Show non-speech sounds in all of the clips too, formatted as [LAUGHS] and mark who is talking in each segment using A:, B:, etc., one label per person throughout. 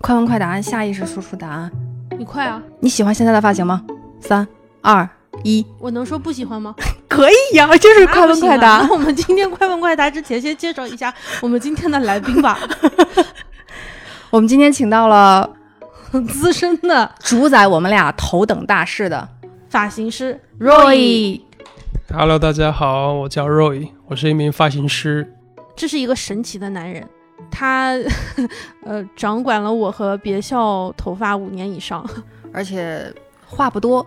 A: 快问快答案，下意识说出答案。
B: 你快啊！
A: 你喜欢现在的发型吗？三二一，
B: 我能说不喜欢吗？
A: 可以呀、 [LAUGHS] 就是
B: 那
A: 快问
B: 不行
A: 快
B: 啊
A: 答。
B: [LAUGHS] 那我们今天快问快答之前，先介绍一下我们今天的来宾
A: [LAUGHS]
B: 吧。
A: [LAUGHS] 我们今天请到了
B: 资深的
A: 主宰我们俩头等大事的
B: 发型师
A: Roy。
C: Hello，大家好，我叫 Roy，我是一名发型师。
B: 这是一个神奇的男人，他 [LAUGHS] 呃掌管了我和别校头发五年以上， [LAUGHS]
A: 而且话不多，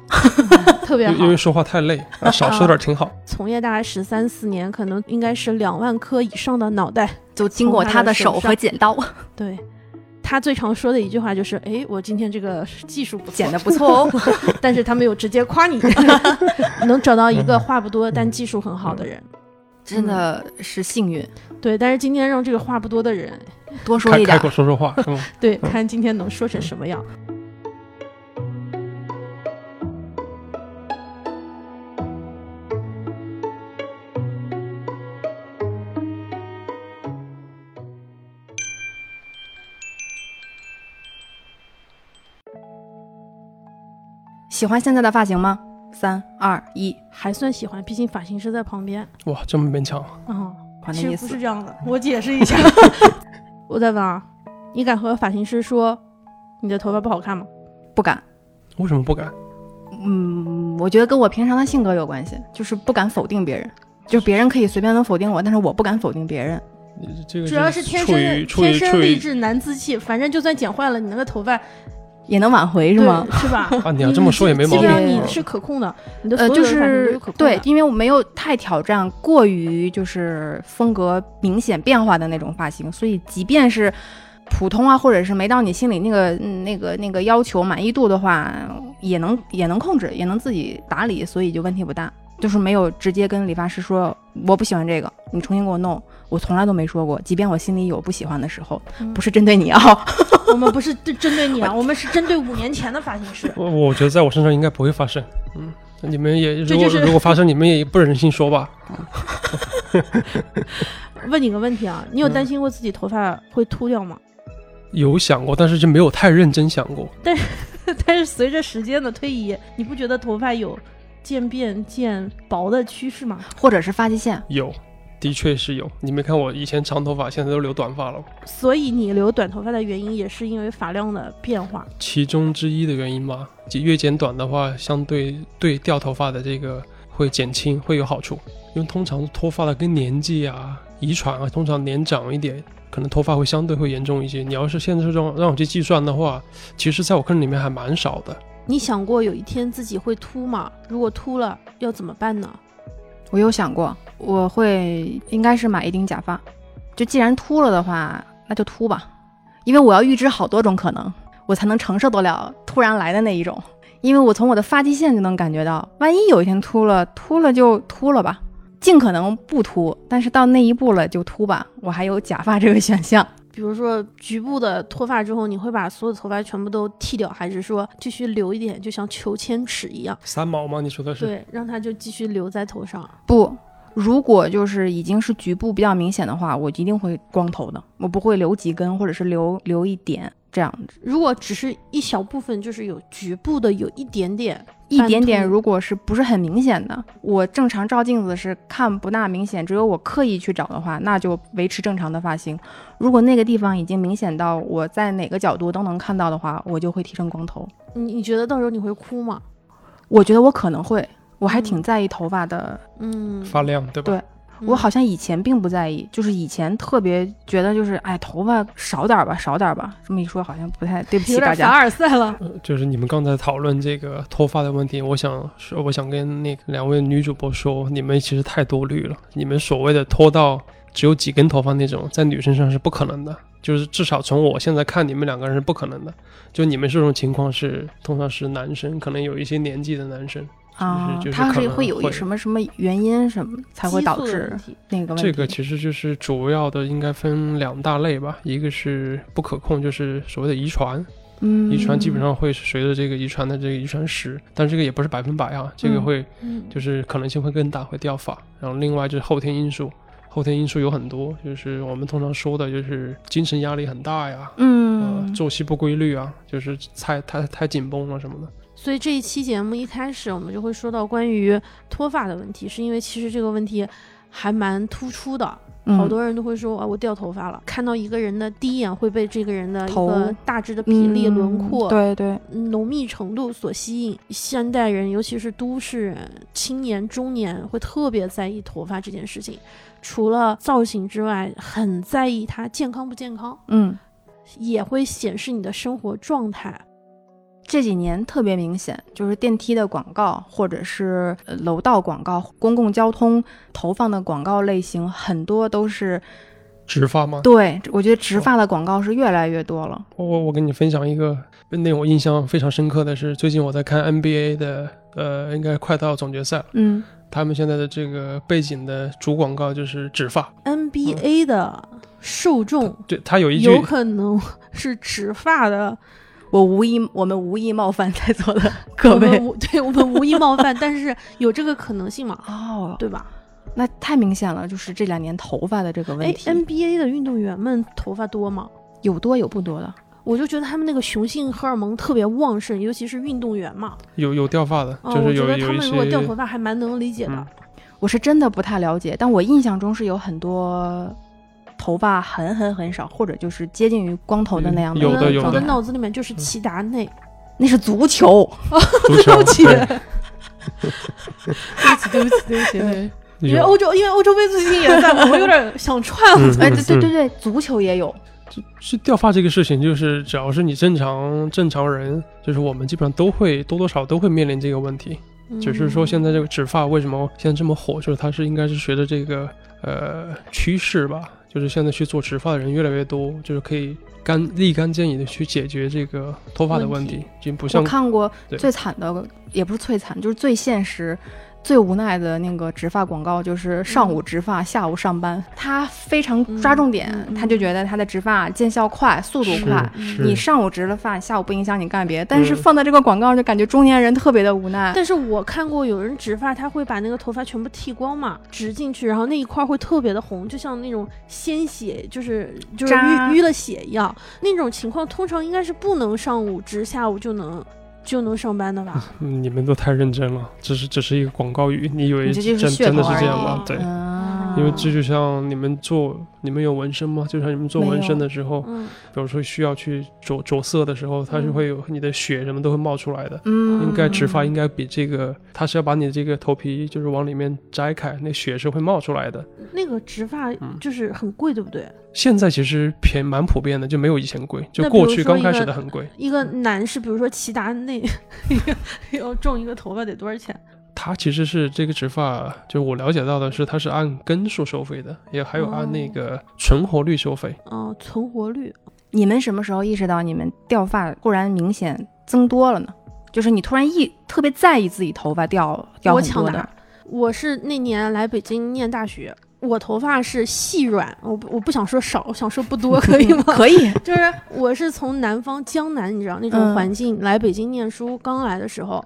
B: 特别
C: 因为
B: 好
C: 因。为说话太累，啊少说点挺好。
B: [LAUGHS] 从业大概十三四年，可能应该是两万颗以上的脑袋。
A: 就经过他的手和剪刀，
B: 对他最常说的一句话就是：“哎，我今天这个技术不错，
A: 剪的不错
B: [LAUGHS]
A: 哦。
B: 但是他没有直接夸你， [LAUGHS] 能找到一个话不多但技术很好的人。
A: 真的是幸运，
B: 对，但是今天让这个话不多的人，
A: 多说
C: 开
A: 一
C: 开
A: 点
C: 口。说说话，嗯，
A: [LAUGHS]
B: 对，看今天能说成什么样。
A: 喜欢现在的发型吗？三二一，
B: 还算喜欢，毕竟发型师在旁边。
C: 哇，这么勉强，
B: 嗯，
A: 还那
B: 其
A: 意
B: 实
A: 思
B: 不是。这样的，我解释一下。 [LAUGHS] 我在问啊，你敢和发型师说你的头发不好看吗？
A: 不敢。
C: 为什么不敢？
A: 嗯，我觉得跟我平常的性格有关系，就是不敢否定别人，就是别人可以随便能否定我，但是我不敢否定别人。
C: 你呃这个
B: 主要是天
C: 处
B: 生
C: 于
B: 的
C: 处于
B: 天
C: 处
B: 生丽
C: 于
B: 质难自弃，反正就算剪坏了，你那个头发
A: 也能挽回是
B: 对
A: 吗？啊
B: 是吧？
C: 啊， [LAUGHS] 你要这么说也没
B: 基
C: 毛
B: 本
C: 病。
B: 上
C: 嗯
B: 你是可控的，你的所
A: 呃，
B: 有
A: 就
B: 的发型都
A: 是
B: 是可控的
A: 对，因为我没有太挑战过于就是风格明显变化的那种发型，所以即便是普通啊，或者是没到你心里那个嗯那个那个要求满意度的话，也能也能控制，也能自己打理，所以就问题不大。就是没有直接跟理发师说我不喜欢这个，你重新给我弄。我从来都没说过，即便我心里有不喜欢的时候，
B: 嗯
A: 不是针对你啊。 [LAUGHS]
B: 我们不是对针对你啊，我们是针对五年前的发型师。
C: 我我觉得在我身上应该不会发生。嗯，你们也
B: 这
C: 如
B: 就
C: 果
B: 是
C: 如果发生，你们也不忍心说吧？
B: 问你个问题啊，你有
A: 嗯
B: 担心过自己头发会秃掉吗？
C: 有想过，但是就没有太认真想过。
B: [LAUGHS] 但是随着时间的推移，你不觉得头发有渐变渐薄的趋势吗？
A: 或者是发际线，
C: 有，的确是有。你没看我以前长头发，现在都留短发了，
B: 所以你留短头发的原因也是因为发量的变化。
C: 其中之一的原因吧。就越剪短的话，相对对掉头发的这个会减轻，会有好处。因为通常脱发的跟年纪啊、遗传啊，通常年长一点，可能脱发会相对会严重一些。你要是现在让让我去计算的话，其实在我个人里面还蛮少的。
B: 你想过有一天自己会秃吗？如果秃了要怎么办呢？
A: 我有想过，我会应该是买一顶假发，就既然秃了的话，那就秃吧，因为我要预知好多种可能，我才能承受得了突然来的那一种。因为我从我的发际线就能感觉到，万一有一天秃了，秃了就秃了吧，尽可能不秃，但是到那一步了就秃吧，我还有假发这个选项。
B: 比如说局部的脱发之后，你会把所有头发全部都剃掉，还是说继续留一点，就像裘千尺一样？
C: 三毛吗？你说的是？
B: 对，让它就继续留在头上。
A: 不，如果就是已经是局部比较明显的话，我一定会光头的，我不会留几根或者是留留一点这样
B: 如果只是一小部分，就是有局部的有一点点，
A: 一点点，
B: 半秃
A: 如果是不是很明显的，我正常照镜子是看不大明显，只有我刻意去找的话，那就维持正常的发型。如果那个地方已经明显到我在哪个角度都能看到的话，我就会剃成光头。
B: 你你觉得到时候你会哭吗？
A: 我觉得我可能会，我还
B: 嗯
A: 挺在意头发的，
B: 嗯，
C: 发量对吧？
A: 对我好像以前并不在意，就是以前特别觉得就是哎头发少点儿吧，少点儿吧。这么一说好像不太对不起
B: 嗯有
A: 大
B: 点凡
A: 家。
B: 尔赛了。
C: 呃就是你们刚才讨论这个脱发的问题，我想说，我想跟那个两位女主播说，你们其实太多虑了。你们所谓的脱到只有几根头发那种，在女生上是不可能的，就是至少从我现在看，你们两个人是不可能的。就你们这种情况是，通常是男生，可能有一些年纪的男生，
A: 啊
C: 就是，就是
A: 它
C: 可
A: 是
C: 能
A: 会有一
C: 会
A: 什么什么原因什么才会
B: 激
A: 导
B: 素的
A: 致
B: 问题
A: 那个问
C: 这
A: 题？
C: 个其实就是主要的应该分两大类吧，一个是不可控，就是所谓的遗传，
A: 嗯，
C: 遗传基本上会随着这个遗传的这个遗传史，但这个也不是百分百啊，这个
A: 嗯
C: 会。
B: 嗯，
C: 就是可能性会更大，会掉发。然后另外就是后天因素，后天因素有很多，就是我们通常说的就是精神压力很大呀，呃
A: 嗯，
C: 作息不规律啊，就是太太太紧绷了什么的。
B: 所以这一期节目一开始我们就会说到关于脱发的问题，是因为其实这个问题还蛮突出的，
A: 嗯
B: 好多人都会说啊，我掉头发了。看到一个人的第一眼会被这个人的一
A: 头嗯
B: 个大致的比例、轮廓、嗯
A: 对对，
B: 浓密程度所吸引。现代人，尤其是都市人、青年、中年，会特别在意头发这件事情。除了造型之外，很在意它健康不健康，
A: 嗯，
B: 也会显示你的生活状态。
A: 这几年特别明显，就是电梯的广告，或者是呃楼道广告、公共交通投放的广告类型，很多都是
C: 植发吗？
A: 对我觉得植发的广告是越来越多了。
C: 我我我跟你分享一个令我印象非常深刻的是，最近我在看 NBA 的，呃，应该快到总决赛了，
A: 嗯，
C: 他们现在的这个背景的主广告就是植发，
A: 嗯
B: NBA 的受众
C: 对，它有一句
B: 有可能是植发的
A: 我无意，我们无意冒犯在座的
B: 我
A: [LAUGHS] 各
B: 们
A: 位。
B: 无 [LAUGHS] 对我们无意冒犯，但是有这个可能
A: [LAUGHS]
B: 性嘛，
A: [LAUGHS] 哦，
B: 对吧？
A: 那太明显了，就是这两年头发的这个
B: 哎
A: 问题，
B: ，NBA 的运动员们头发多吗？
A: 有多有不多的。
B: 我就觉得他们那个雄性荷尔蒙特别旺盛，尤其是运动员嘛。
C: 有有掉发的，
B: 哦，
C: 就是有
B: 我觉得
C: 有
B: 他
C: 一
B: 们如果
C: 些
B: 掉头发还蛮能理解的。
C: 嗯
A: 我是真的不太了解，但我印象中是有很多头发很很很少，或者就是接近于光头的那样的
C: 嗯有
B: 我
C: 的有
B: 我
A: 状
B: 的
A: 态
B: 脑子里面就是齐达内，
A: 那是足球，
C: 足球，
B: [LAUGHS]
C: 对
B: 对不起，对不起，对不起。
A: 对，
B: 因为
C: 有
B: 欧洲，因为欧洲杯最近也在，我有点想串了。
C: 嗯
A: 哎，对对对对，足球也有，
C: 是掉发这个事情，就是只要是你正常正常人，就是我们基本上都会多多少少都会面临这个问题。
B: 嗯
C: 只嗯是
A: 嗯
C: 说现在这个植发为什么现在这么火，就是它是应该是随着这个呃趋势吧，就是现在去做植发的人越来越多，就是可以干立竿见影的去解决这个脱发的问题，
B: 问题
C: 已经不
A: 我
C: 像
A: 看过
C: 对
A: 最惨的，也不是最惨，就是最现实、最无奈的那个植发广告，就是上午植发，下午上班。他非常抓重点，
B: 嗯嗯嗯嗯
A: 他就觉得他的植发见效快、速度
C: 是
A: 快。
C: 是
A: 嗯你上午植了发，下午不影响你干别的。但是
C: 嗯
A: 放在这个广告，就感觉中年人特别的无奈。
B: 但是我看过有人植发，他会把那个头发全部剃光嘛，植进去，然后那一块儿会特别的红，就像那种鲜血，就是就是
A: 渣
B: 淤淤了血一样。那种情况通常应该是不能上午植，下午就能就能上班的吧？
C: [LAUGHS] 嗯你们都太认真了，只是只是一个广告语，你以为
A: 你这就
C: 真
A: 是噱
C: 真的
A: 头
C: 是
A: 而
C: 这样
A: 已
C: 吗？对。
A: 嗯
C: 因为这就像你们做，你们有纹身吗？就像你们做
A: 没
C: 纹
A: 有
C: 身的时候，
B: 嗯，
C: 比如说需要去着着色的时候，它是
B: 嗯
C: 会有你的血什么都会冒出来的。
A: 嗯
C: 应该植发应该比这个，它是要把你这个头皮就是往里面摘开，那血是会冒出来的。
B: 那个植发
C: 嗯
B: 就是很贵，对不对？
C: 现在其实便蛮普遍的，就没有以前贵，就
B: 那比
C: 过
B: 如
C: 去
B: 说
C: 刚
B: 一
C: 开始
B: 个
C: 的很贵。
B: 一个男士，比如说齐达内， [LAUGHS] 要种一个头发得多少钱？
C: 它其实是这个植发，就我了解到的是，它是按根数收费的，也还有按那
B: 哦
C: 个存活率收费。
B: 嗯、存活率。
A: 你们什么时候意识到你们掉发忽然明显增多了呢？就是你突然意特别在意自己头发掉掉
B: 我
A: 很
B: 抢
A: 多
B: 答 [LAUGHS]
A: 的，
B: 我是那年来北京念大学，我头发是细软，我不我不想说少，我想说不多，可以吗？
A: [LAUGHS] 可
B: [LAUGHS]
A: 以，
B: 就是我是从南方江南，你知道那种
A: 嗯
B: 环境来北京念书，刚来的时候，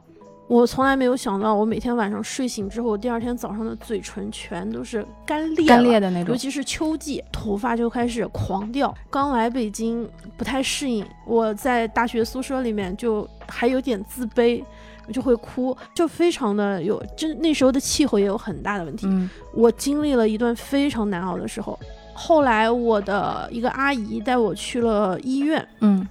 B: 我从来没有想到，我每天晚上睡醒之后，第二天早上的嘴唇全都是干裂
A: 干
B: 了
A: 裂的那
B: 尤
A: 种。
B: 其是秋季，头发就开始狂掉。刚来北京不太适应，我在大学宿舍里面就还有点自卑，我就会哭，就非常的有，就那时候的气候也有很大的问题。
A: 嗯，
B: 我经历了一段非常难熬的时候。后来我的一个阿姨带我去了医院。
A: 嗯，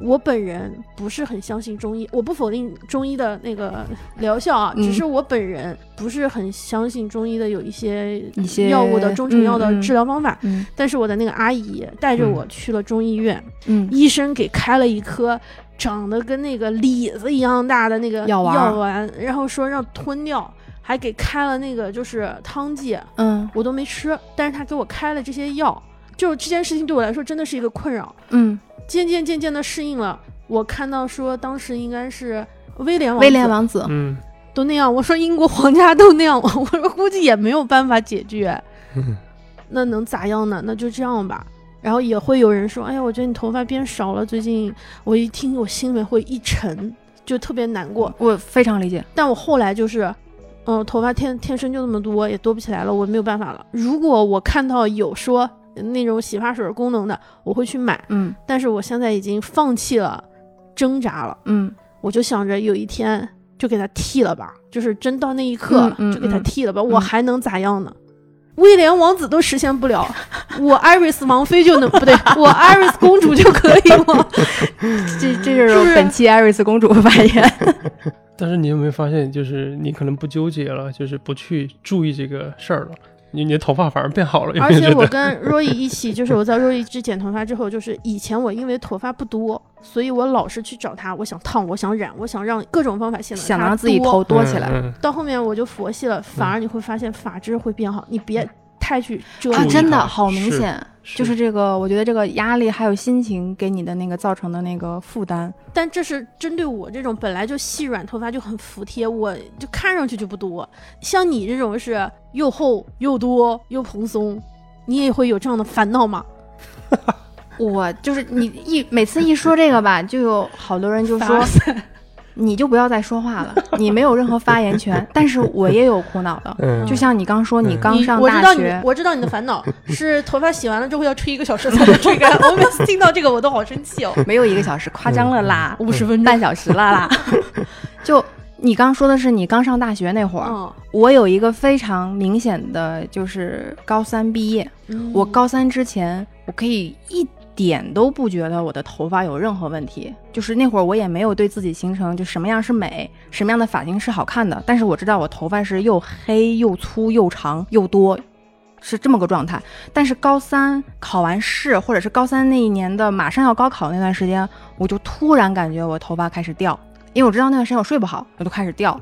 B: 我本人不是很相信中医，我不否定中医的那个疗效啊，
A: 嗯
B: 只是我本人不是很相信中医的有一些
A: 一些
B: 药物的中成药的
A: 嗯嗯
B: 治疗方法。
A: 嗯
B: 但是我的那个阿姨带着我去了中医院，
A: 嗯，
B: 医生给开了一颗长得跟那个李子一样大的那个
A: 药丸
B: 丸，然后说让吞掉，还给开了那个就是汤剂，
A: 嗯
B: 我都没吃，但是他给我开了这些药，就是这件事情对我来说真的是一个困扰。
A: 嗯，
B: 渐渐渐渐的适应了，我看到说当时应该是威廉王子
A: 威廉王子，
C: 嗯，
B: 都那样，我说英国皇家都那样， [LAUGHS] 我我说估计也没有办法解决。
C: 嗯
B: 那能咋样呢？那就这样吧。然后也会有人说：“哎呀，我觉得你头发变少了。”最近我一听，我心里面会一沉，就特别难过。
A: 我非常理解。
B: 但我后来就是，嗯，头发天天生就那么多，也多不起来了，我没有办法了。如果我看到有说那种洗发水功能的，我会去买，
A: 嗯
B: 但是我现在已经放弃了挣扎了，
A: 嗯
B: 我就想着有一天就给它剃了吧，就是真到那一刻、
A: 嗯嗯
B: 就给它剃了吧，
A: 嗯
B: 我还能咋样呢？威廉王子都实现不了，我艾瑞斯王妃就能不对，我艾瑞斯公主就可以 [LAUGHS] 了。
A: 这这就是啊
B: 不是
A: 是本期艾瑞斯公主发言。
B: [LAUGHS]
A: [LAUGHS]
C: 但是你有没有发现，就是你可能不纠结了，就是不去注意这个事儿了，你你的头发反而变好了，有
B: 而
C: 没有
B: 且
C: 觉
B: 我
C: 得？
B: 跟若意一起，就是我在若意之剪头发之后，就是以前我因为头发不多，所以我老是去找他，我想烫，我想染，我想让各种方法显得
A: 想
B: 它
A: 让自己
B: 多
A: 头多起来，
C: 嗯
B: 到后面我就佛系了，反而你会发现发质会变好，你别太去折
A: 啊，
B: 腾。
A: 真的
C: 它
A: 好明
C: 是
A: 显，就是这个，我觉得这个压力还有心情给你的那个造成的那个负担，
B: 但这是针对我这种本来就细软头发就很服帖，我就看上去就不多。像你这种是又厚又多又蓬松，你也会有这样的烦恼吗？
A: 我就是你一每次一说这个吧，就有好多人就
B: 凡
A: 说
B: 尔赛
A: 你就不要再说话了， [LAUGHS] 你没有任何发言权。但是我也有苦恼的，
C: 嗯
A: 就像你刚说，你
C: 嗯
A: 刚
B: 你
A: 上
B: 我知道
A: 大
B: 你
A: 学，，
B: 我知道你的烦恼是头发洗完了之后要吹一个小时才能吹干。我每次听到这个我都好生气哦。
A: 没有一个小时，夸张了啦，
B: 五十
C: 嗯
B: 分钟，
A: 半小时了
B: [LAUGHS]
A: 啦。就你刚说的是你刚上大学那会儿，
B: 嗯，
A: 我有一个非常明显的，就是高三毕业，
B: 嗯
A: 我高三之前，我可以一点都不觉得我的头发有任何问题，就是那会儿我也没有对自己形成就什么样是美，什么样的发型是好看的，但是我知道我头发是又黑又粗又长又多。是这么个状态，但是高三考完试，或者是高三那一年的马上要高考那段时间，我就突然感觉我头发开始掉，因为我知道那段时间我睡不好，我就开始掉。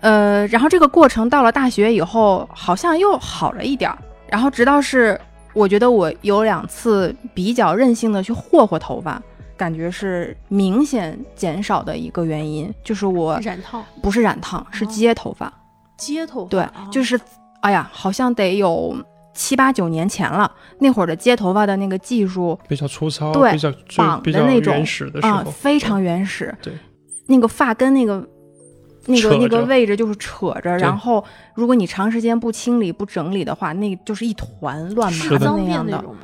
A: 呃，然后这个过程到了大学以后，好像又好了一点儿。然后直到是我觉得我有两次比较任性的去霍霍头发，感觉是明显减少的一个原因，就是我
B: 染烫
A: 不是染烫，是
B: 哦
A: 接头发。
B: 街头啊
A: 对，就是，哎呀，好像得有七八九年前了，那会儿的接头发的那个技术
C: 比较粗糙，
A: 对
C: 比较
A: 绑的
C: 就比较
A: 那种
C: 原始的时
A: 啊、
C: 候，
A: 非常原始。
C: 对，
A: 那个发根那个那
C: 扯
A: 个
C: 着
A: 那个位置就是扯着，然后如果你长时间不清理不整理的话，那就是一团乱麻
B: 是
C: 是的
A: 那
B: 脏辫
A: 样的。
B: 种吗？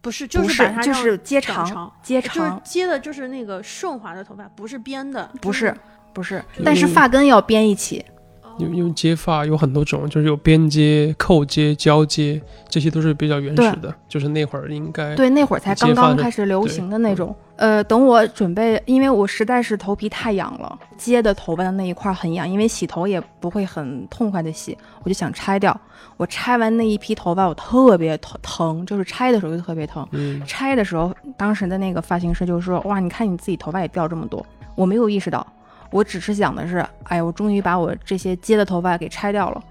B: 不是，
A: 不
B: 是把它
A: 就
B: 让
A: 是接
B: 长
A: 长
B: 长
A: 接
B: 就是
A: 长，
B: 接的就是那个顺滑的头发，不是编的，
A: 不
B: 就是
A: 不是
C: 就，
A: 但是
C: 是
A: 发根要编一起。
C: 因为因为接发有很多种，就是有边接、扣接、交接，这些都是比较原始的，就是那会儿应该
A: 对，那会儿才
C: 接
A: 刚
C: 发
A: 刚
C: 的
A: 开始流
C: 对嗯
A: 行的那种。呃，等我准备，因为我实在是头皮太痒了，接的头发的那一块儿很痒，因为洗头也不会很痛快的洗，我就想拆掉。我拆完那一批头发，我特别疼疼，就是拆的时候就特别疼。
C: 嗯
A: 拆的时候，当时的那个发型师就说：“哇，你看你自己头发也掉这么多。”我没有意识到，我只是想的是，哎呀，我终于把我这些接的头发给拆掉了。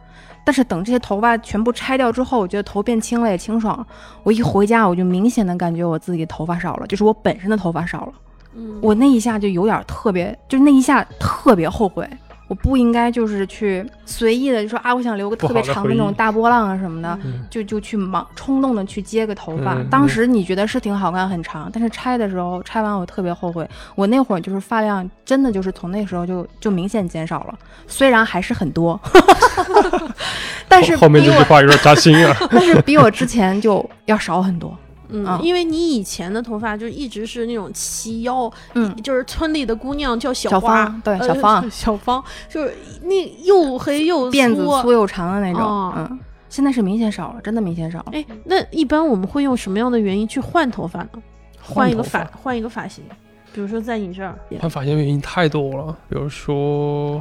A: 但是等这些头发全部拆掉之后，我觉得头变轻了，也清爽了。我一回家，我就明显的感觉我自己头发少了，就是我本身的头发少了。
B: 嗯，
A: 我那一下就有点特别，就是那一下特别后悔，我不应该就是去随意的就说啊，我想留个特别
C: 不
A: 长
C: 好的
A: 的那
C: 回
A: 种
C: 忆
A: 大波浪啊什么的。
B: 嗯
A: 就就去忙冲动的去接个头发。
C: 嗯
A: 当时你觉得是挺好看很长，但是拆的时候拆完我特别后悔。我那会儿就是发量真的就是从那时候就就明显减少了，虽然还是很多， [LAUGHS] 但是
C: 后后面
A: 比
C: 这句
A: 我
C: 话有点扎心啊。
A: [LAUGHS] 但是比我之前就要少很
B: [LAUGHS]
A: 多。啊
B: 嗯，因为你以前的头发就一直是那种齐腰，
A: 嗯，
B: 就是村里的姑娘叫小
A: 小
B: 花，
A: 方对
B: 呃
A: 小方
B: 小方就是那又黑又
A: 辫子粗又长的那种，
B: 啊哦
A: 嗯，现在是明显少了，真的明显少了。
B: 哎，那一般我们会用什么样的原因去换头发呢？换一个发
C: 换头，
B: 换一个发型，比如说在你这儿，
C: 换发型原因太多了，比如说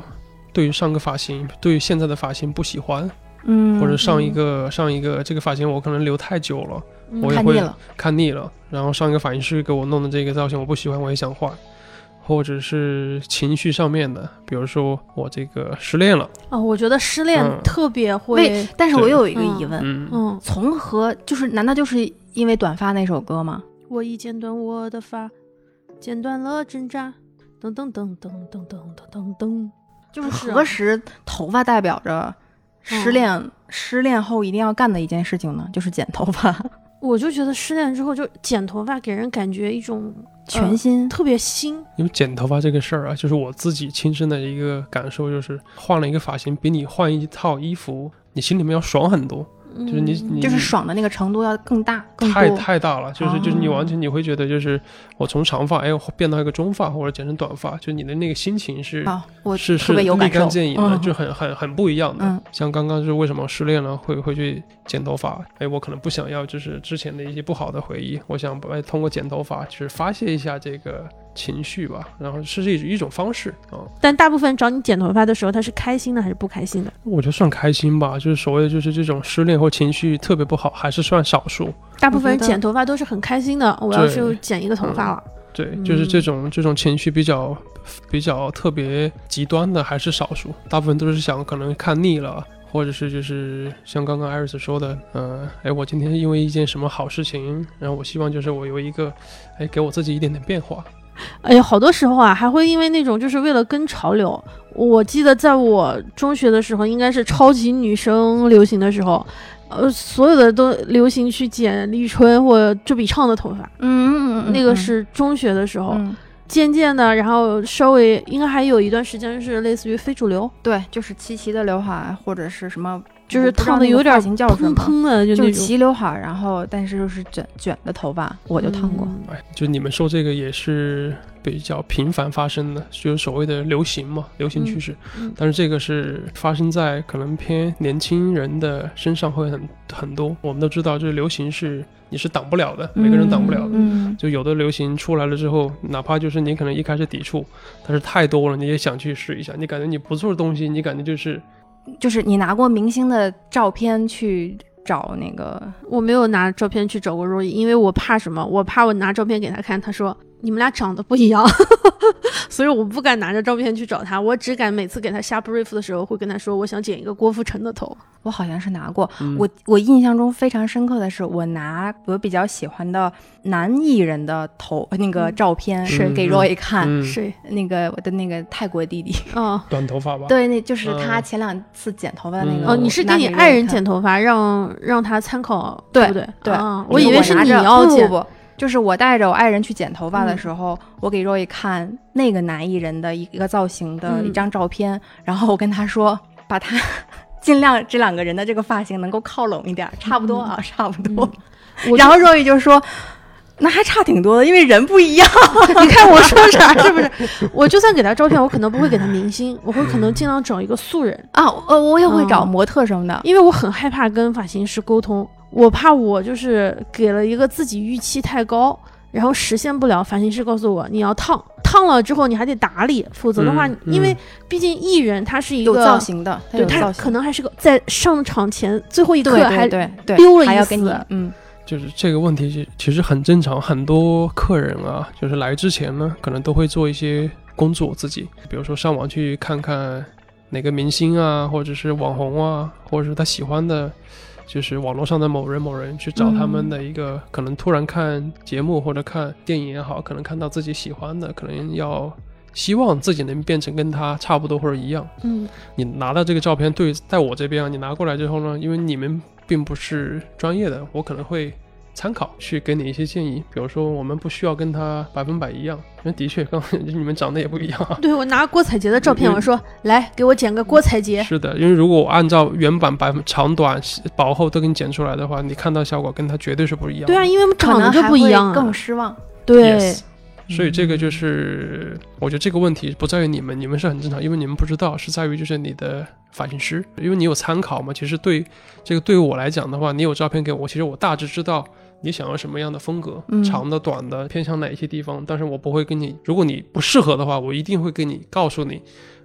C: 对于上个发型，对于现在的发型不喜欢，
A: 嗯，
C: 或者上一个、上一个这个发型我可能留太久了，
B: 嗯
C: 我也
A: 看
C: 会
A: 腻了，
C: 看腻了，然后上一个发型师给我弄的这个造型我不喜欢，我也想换。或者是情绪上面的，比如说我这个失恋了，
B: 哦，我觉得失恋
C: 嗯
B: 特别
A: 为
B: 会，
A: 但是我
C: 对
A: 又有一个疑问，
C: 嗯，
B: 嗯，
A: 从何就是难道就是因为短发那首歌吗？
B: 我已剪短我的发，剪断了挣扎，噔噔噔噔噔噔噔噔噔，就是啊嗯
A: 何时头发代表着失恋、失恋后一定要干的一件事情呢？就是剪头发。
B: 我就觉得失恋之后就剪头发给人感觉一种
A: 全
B: 嗯
A: 新，
B: 特别新，
C: 因为剪头发这个事儿啊，就是我自己亲身的一个感受，就是换了一个发型，比你换一套衣服，你心里面要爽很多。就是你，
B: 嗯
C: 你
A: 就是爽的那个程度要更大更
C: 太
A: 多。
C: 太大了，就是就是你
A: 哦
C: 完全你会觉得就是我从长发哎变到一个中发或者剪成短发，就你的那个心情是
A: 好，啊我
C: 是
A: 特
C: 是
A: 别有
C: 立
A: 感受
C: 竿，见影的，
A: 嗯
C: 就很很很不一样的。
A: 嗯
C: 像刚刚就是为什么失恋了会会去剪头发？哎，我可能不想要就是之前的一些不好的回忆，我想哎通过剪头发就是发泄一下这个情绪吧，然后是一一种方式啊、
B: 但大部分找你剪头发的时候，他是开心的还是不开心的？
C: 我觉得算开心吧，就是所谓的就是这种失恋后情绪特别不好，还是算少数。
B: 大部分人
A: 我觉得
B: 剪头发都是很开心的，我要
C: 对
B: 是剪一个头发了，
C: 对，就是
B: 嗯
C: 这种这种情绪比较比较特别极端的还是少数，大部分都是想可能看腻了。或者是就是像刚刚 Iris 说的，呃，哎，我今天因为一件什么好事情，然后我希望就是我有一个，哎，给我自己一点点变化。
B: 哎呀，好多时候啊，还会因为那种就是为了跟潮流。我记得在我中学的时候，应该是超级女生流行的时候，呃，所有的都流行去剪立春或周笔畅的头发，
A: 嗯嗯嗯，
B: 那个
A: 嗯
B: 是哦中学的时候。
A: 嗯，
B: 渐渐的，然后稍微应该还有一段时间是类似于非主流，
A: 对，就是齐齐的刘海或者是什么，
B: 就是
A: 我不知道
B: 烫的
A: 那个
B: 有点
A: 发型叫什
B: 蓬
A: 么，
B: 蓬的，就
A: 就
B: 那
A: 是
B: 种。
A: 齐刘海，然后但是就是卷卷的头发，我就烫过。
B: 嗯
C: 哎，就你们说这个也是比较频繁发生的，就是所谓的流行嘛，流行趋势。
B: 嗯嗯
C: 但是这个是发生在可能偏年轻人的身上会很很多。我们都知道，就是流行是你是挡不了的，每个人挡不了的。
A: 嗯，
C: 就有的流行出来了之后，哪怕就是你可能一开始抵触，但是太多了，你也想去试一下。你感觉你不做的东西，你感觉就是
A: 嗯就是你拿过明星的照片去找那个，
B: 我没有拿照片去找过若依，因为我怕什么？我怕我拿照片给他看，他说你们俩长得不一样， [LAUGHS] 所以我不敢拿着照片去找他，我只敢每次给他下 brief 的时候会跟他说我想剪一个郭富城的头。
A: 我好像是拿过。
C: 嗯
A: 我我印象中非常深刻的是，我拿我比较喜欢的男艺人的头那个
B: 嗯
A: 照片
C: 是
A: 给 Roy 看，
C: 嗯
B: 谁？
A: 那个我的那个泰国弟弟，
B: 哦
C: 短头发吧。
A: 对，那就是他
C: 嗯
A: 前两次剪头发的那
C: 嗯
A: 个。
B: 哦，你是给你
A: 拿
B: 爱人
A: Roy 看
B: 剪头发，让让他参考，
A: 对
B: 不对？
A: 对
B: 啊
A: 就
B: 我以为是
A: 拿
B: 你
A: 着 [LAUGHS]
B: 要
A: 不
B: 剪
A: 不。不，就是我带着我爱人去剪头发的
B: 嗯
A: 时候，我给 Roy 看那个男艺人的一个造型的一
B: 嗯
A: 张照片，然后我跟他说，把他 [LAUGHS] 尽量这两个人的这个发型能够靠拢一点儿，差不多
B: 嗯
A: 啊，差不多。
B: 我
A: 然后 [LAUGHS] Roy 就说。那还差挺多的，因为人不一样。
B: 你看我
A: [LAUGHS]
B: 说啥是不是？我就算给他照片，我可能不会给他明星，我会可能尽量找一个素人。
A: 啊，呃，我也会找
B: 嗯
A: 模特什么的。
B: 因为我很害怕跟发型师沟通，我怕我就是给了一个自己预期太高，然后实现不了。发型师告诉我你要烫，烫了之后你还得打理，否则的话，
C: 嗯
B: 因为毕竟艺人他是一
A: 有
B: 个
A: 造，型的，他
B: 对
A: 有
B: 他
A: 造
B: 可
A: 型，
B: 能还是个在上场前最后一刻
A: 对
B: 还
A: 对对对，
B: 溜了
A: 还
B: 一
A: 要给你
B: 丝，
A: 嗯，
C: 就是这个问题是其实很正常，很多客人啊，就是来之前呢，可能都会做一些工作自己，比如说上网去看看哪个明星啊，或者是网红啊，或者是他喜欢的，就是网络上的某人某人去找他们的一个，可能突然看节目或者看电影也好，可能看到自己喜欢的，可能要希望自己能变成跟他差不多或者一样。
B: 嗯，
C: 你拿到这个照片对在我这边啊，你拿过来之后呢，因为你们并不是专业的，我可能会参考去给你一些建议，比如说我们不需要跟他百分百一样，因为的确刚你们长得也不一样
B: [LAUGHS]
C: 啊。
B: 对我拿郭采洁的照片，
C: 嗯
B: 我说来给我剪个郭采洁，
C: 是的，因为如果我按照原版百分长短薄厚都给你剪出来的话，你看到效果跟他绝对是不一样的。
B: 对啊，因为
A: 可
B: 长得
A: 能
B: 就
A: 还
B: 不一
A: 会
B: 样、啊
A: 更，失望。
B: 对
C: Yes，所以这个就是，
A: 嗯
C: 我觉得这个问题不在于你们，你们是很正常，因为你们不知道，是在于就是你的发型师，因为你有参考嘛。其实对这个对于我来讲的话，你有照片给我，其实我大致知道你想要什么样的风格，
A: 嗯
C: 长的、短的，偏向哪一些地方，但是我不会跟你，如果你不适合的话，我一定会跟你告诉你，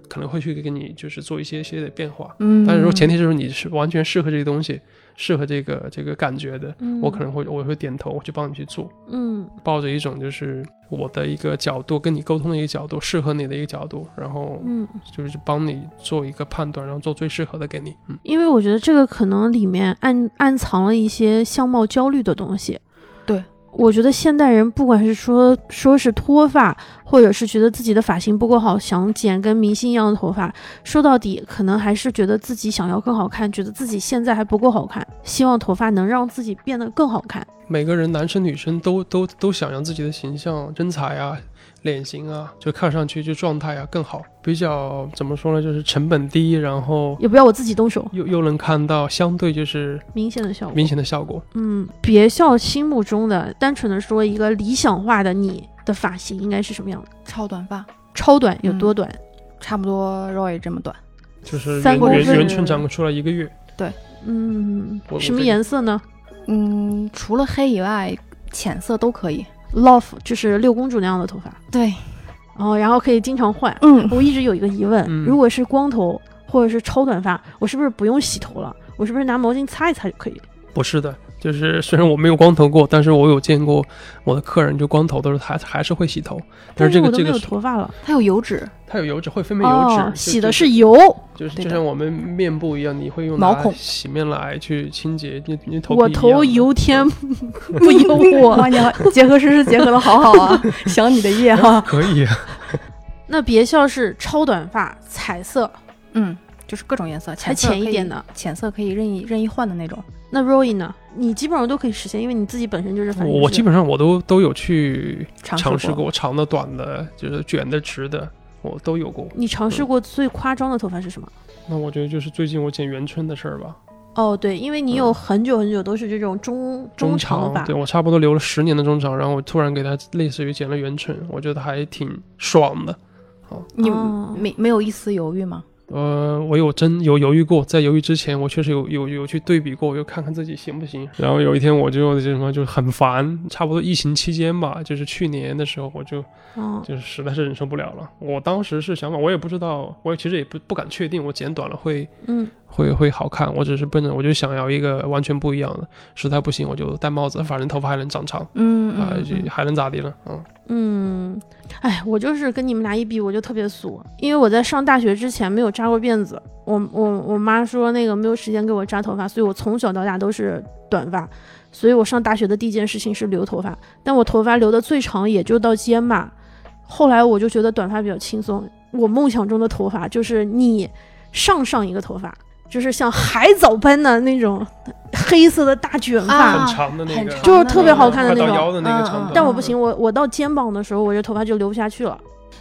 C: 可能会去给你就是做一些些的变化。
A: 嗯，
C: 但是说前提就是你是完全适合这个东西，适合这个这个感觉的，
B: 嗯
C: 我可能会我会点头，我去帮你去做。
B: 嗯，
C: 抱着一种就是我的一个角度，跟你沟通的一个角度，适合你的一个角度，然后
B: 嗯，
C: 就是帮你做一个判断，然后做最适合的给你。嗯，
B: 因为我觉得这个可能里面暗暗藏了一些相貌焦虑的东西。
A: 对，
B: 我觉得现代人不管是说说是脱发，或者是觉得自己的发型不够好，想剪跟明星一样的头发，说到底，可能还是觉得自己想要更好看，觉得自己现在还不够好看，希望头发能让自己变得更好看。
C: 每个人男生女生都都都想让自己的形象、身材啊、脸型啊，就看上去就状态啊更好，比较怎么说呢，就是成本低，然后
B: 也不要我自己动手，
C: 又又能看到相对就是
B: 明显的效果
C: 明。显的效果。
B: 嗯，别笑心目中的，单纯的说一个理想化的你的发型应该是什么样的？
A: 超短发，
B: 超短有多短？
A: 差不多 Roy 这么短，
C: 就是
B: 三
C: 圆
A: 公
C: 圆
A: 分
C: 圆寸长出来一个月，
B: 嗯，
C: 我
B: 什么
C: 我这
B: 颜色呢
A: 嗯，除了黑以外，浅色都可以。
B: ？Love 就是六公主那样的头发，
A: 对，
B: 哦，然后可以经常换。
A: 嗯，
B: 我一直有一个疑问，
C: 嗯
B: 如果是光头或者是超短发，我是不是不用洗头了？我是不是拿毛巾擦一擦就可以？
C: 不是的，就是虽然我没有光头过，但是我有见过我的客人就光头的时候还还是会洗头，但
B: 但
C: 是这个
B: 我都
C: 这
B: 没有
C: 个
B: 头发了。
A: 它有油脂，
C: 它有油脂，会分泌油脂，
B: 哦
C: 就，
B: 洗的
C: 就是
B: 油。
C: 就是
A: 对
C: 就
A: 的
C: 像我们面部一样，你会用
A: 毛
C: 它
A: 孔
C: 洗面奶去清洁你你头皮
B: 我
C: 一
B: 头
C: 样的
B: 油天
A: [LAUGHS]
B: 不由我。
A: 哇，你好结合诗诗结合的好好 [LAUGHS] 啊，想你的夜哈、
C: 可以啊，
B: 那别笑是超短发，彩色
A: 嗯，就是各种颜色，
B: 才
A: 浅色
B: 浅一
A: 可以
B: 点，的。
A: 浅色可以任意任意换的那种。
B: 那 Roy 呢？你基本上都可以实现，因为你自己本身就是反正
C: 我我
B: 是
C: 基本上我都都有去
A: 尝
C: 尝
A: 试
C: 试，过，长的、短的，就是卷的、直的，我都有过。
B: 你尝试过最夸张的头发是什么？
C: 那我觉得就是最近我剪圆寸的事儿吧，
B: 哦，对，因为你有
C: 嗯
B: 很久很久都是这种中
C: 中
B: 长发，
C: 对我差不多留了十年的中长，然后我突然给它类似于剪了圆寸，我觉得还挺爽的。
A: 你
B: 哦
C: 嗯
A: 没没有一丝犹豫吗？
C: 呃，我有真有犹豫过，在犹豫之前，我确实有有有去对比过，我就看看自己行不行。然后有一天我就就什么就很烦，差不多疫情期间吧，就是去年的时候，我就
B: 嗯，
C: 就是实在是忍受不了了。我当时是想法，我也不知道，我也其实也不不敢确定，我剪短了会
B: 嗯，
C: 会会好看。我只是奔着我就想要一个完全不一样的，实在不行我就戴帽子，反正头发还能长长，
A: 嗯
C: 啊、就还能咋地呢？嗯，
B: 嗯，哎，我就是跟你们俩一比，我就特别俗，因为我在上大学之前没有扎过辫子，我我我妈说那个没有时间给我扎头发，所以我从小到大都是短发，所以我上大学的第一件事情是留头发，但我头发留的最长也就到肩吧，后来我就觉得短发比较轻松，我梦想中的头发就是你上上一个头发，就是像海藻般的那种黑色的大卷发。
A: 啊
C: 很长的那
A: 很
C: 个，
A: 长
B: 就是特别好看的
C: 快
B: 那
C: 到
B: 种
C: 腰的那个
A: 嗯
C: 长
A: 嗯
C: 度。
B: 但我不行，我我到肩膀的时候，我这头发就留不下去了。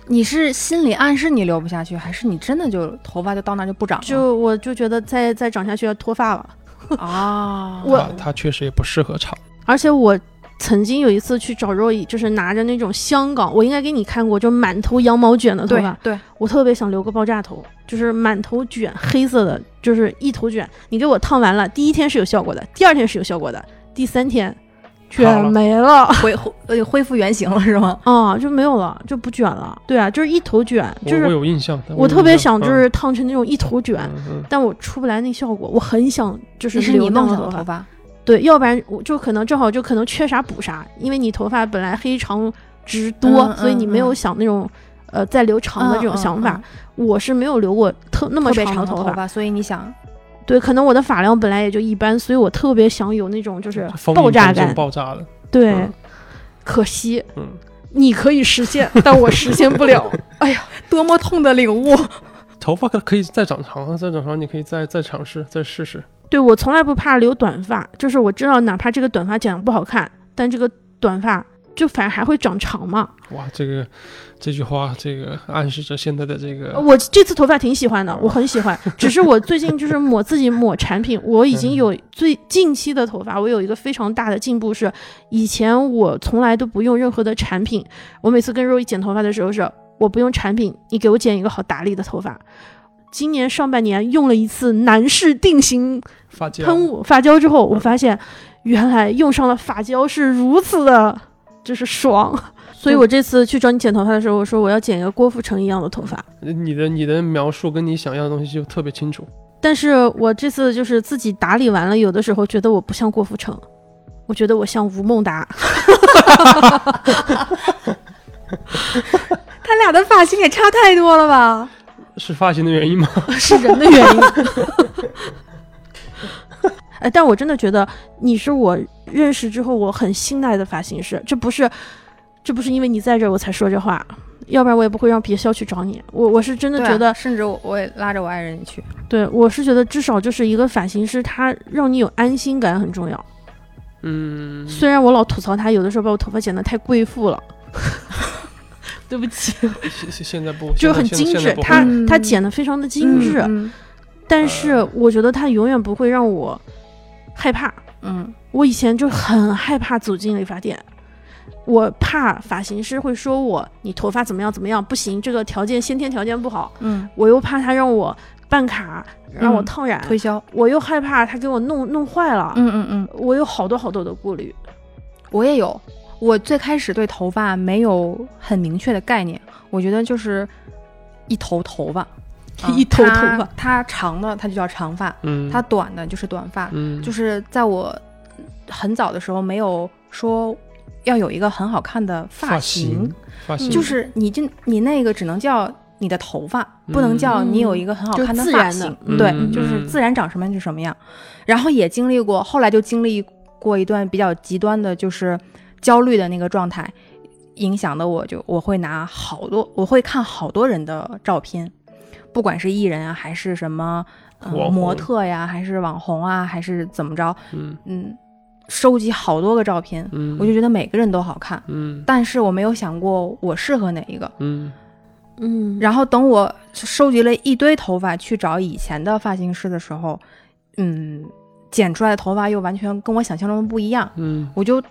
A: 你是心里暗示你留不下去，还是你真的就头发就到那就不长了？
B: 就我就觉得再再长下去要脱发了。
A: [LAUGHS] 啊，
B: 我
C: 它它确实也不适合长。
B: 而且我曾经有一次去找 Roy，就是拿着那种香港，我应该给你看过，就满头羊毛卷的头
A: 对
B: 发，
A: 对，
B: 我特别想留个爆炸头，就是满头卷，黑色的，就是一头卷。你给我烫完了，第一天是有效果的，第二天是有效果的，第三天
C: 好
B: 卷
C: 了
B: 没了， [LAUGHS]
A: 恢恢呃恢复原形了是吗？
B: 啊、就没有了，就不卷了。对啊，就是一头卷，就
C: 我我
B: 是
C: 有印象，
B: 我特别想就
C: 嗯
B: 是烫成那种一头卷。
C: 嗯嗯
B: 但我出不来那效果，我很想就是
A: 这是
B: 留
A: [LAUGHS] 你
B: 那
A: 梦
B: 样
A: 想的
B: 头发
A: 头，发，
B: 对，要不然我就可能正好就可能缺啥补啥，因为你头发本来黑长直多，
A: 嗯
B: 所以你没有
A: 嗯
B: 想那种呃再留长的这种想法。我是没有留过特那
A: 那
B: 么
A: 嗯特别
B: 长
A: 长
B: 的
A: 的
B: 头
A: 头
B: 发，
A: 发，所以你想
B: 对，可能我的发量本来也就一般，所以我特别想有那种就是
C: 风
B: 爆
C: 影
B: 炸
C: 风筝
B: 感。
C: 爆炸的，
B: 对，
C: 嗯
B: 可惜
C: 嗯，
B: 你可以实现，但我实现不
C: [LAUGHS]
B: 了。
A: [LAUGHS] 多么痛的领悟， [LAUGHS]
C: 头发可可以再长长啊，再长长，你可以再再尝试，再试试。
B: 对我从来不怕留短发，就是我知道哪怕这个短发剪得不好看，但这个短发就反正还会长长嘛。
C: 哇，这个这句话，这个暗示着现在的这个，
B: 我这次头发挺喜欢的，我很喜欢。只是我最近就是抹自己抹产品，我已经有最近期的头发，我有一个非常大的进步是，以前我从来都不用任何的产品。我每次跟肉一剪头发的时候是，我不用产品，你给我剪一个好打理的头发。今年上半年用了一次男士定型
C: 发胶
B: 喷雾发胶之后，我发现原来用上了发胶是如此的，就是爽。 [LAUGHS] 所以我这次去找你剪头发的时候，我说我要剪一个郭富城一样的头发。
C: 你的你的描述跟你想要的东西就特别清楚。
B: 但是我这次就是自己打理完了，有的时候觉得我不像郭富城，我觉得我像吴孟达。 [LAUGHS]
A: 他俩的发型也差太多了 [LAUGHS] 吧？
C: 是发型的原因吗？ [LAUGHS]
B: 是人的原因。哎，但我真的觉得你是我认识之后我很信赖的发型师，这不是，这不是因为你在这儿我才说这话，要不然我也不会让别校去找你。我我是真的
A: [LAUGHS] 对啊
B: 觉得，
A: 甚至我我也拉着我爱人去，
B: 对我是觉得至少就是一个发型师，他让你有安心感很重要。
C: 嗯，
B: 虽然我老吐槽他有的时候把我头发剪得太贵妇了，对不起，
C: 现现现在不
B: 就是很
C: 现在
B: 精
C: 现在
B: 致，
C: 不会
B: 他
A: 嗯
B: 他剪得非常的精致，
A: 嗯
B: 但是我觉得他永远不会让我害怕。
A: 嗯
B: 我以前就很害怕走进理发店，我怕发型师会说我你头发怎么样怎么样不行，这个条件先天条件不好，
A: 嗯，
B: 我又怕他让我办卡，让我烫染，
A: 推销，
B: 我又害怕他给我弄弄坏了，
A: 嗯嗯嗯，
B: 我有好多好多的
A: [LAUGHS]
B: 顾虑。
A: 我也有。我最开始对头发没有很明确的概念，我觉得就是一头头发，啊
B: 一头头发
A: 它它长的它就叫长发，
C: 嗯，
A: 它短的就是短发，
C: 嗯
A: 就是在我很早的时候没有说要有一个很好看的
C: 发
A: 型，
C: 发
B: 嗯
C: 型
A: 就是你这你那个只能叫你的头发，不能叫你有一个很好看
B: 嗯就自
A: 发
B: 然的
A: 型，
C: 嗯
A: 对，
C: 嗯
A: 就是自然长什么样就什么样。然后也经历过，后来就经历过一段比较极端的，就是焦虑的那个状态，影响的我就我会拿好多，我会看好多人的照片，不管是艺人啊，还是什么、呃
B: [LAUGHS] 哦
C: 网红
A: 模特呀，还是网红啊，还是怎么着，
C: 嗯
A: 嗯，收集好多个照片，
C: 嗯，
A: 我就觉得每个人都好看。
C: 嗯
A: 但是我没有想过我适合哪一个。
C: 嗯
B: 嗯，
A: 然后等我收集了一堆头发去找以前的发型师的时候，嗯，剪出来的头发又完全跟我想象中的不一样。
C: 嗯
A: 我就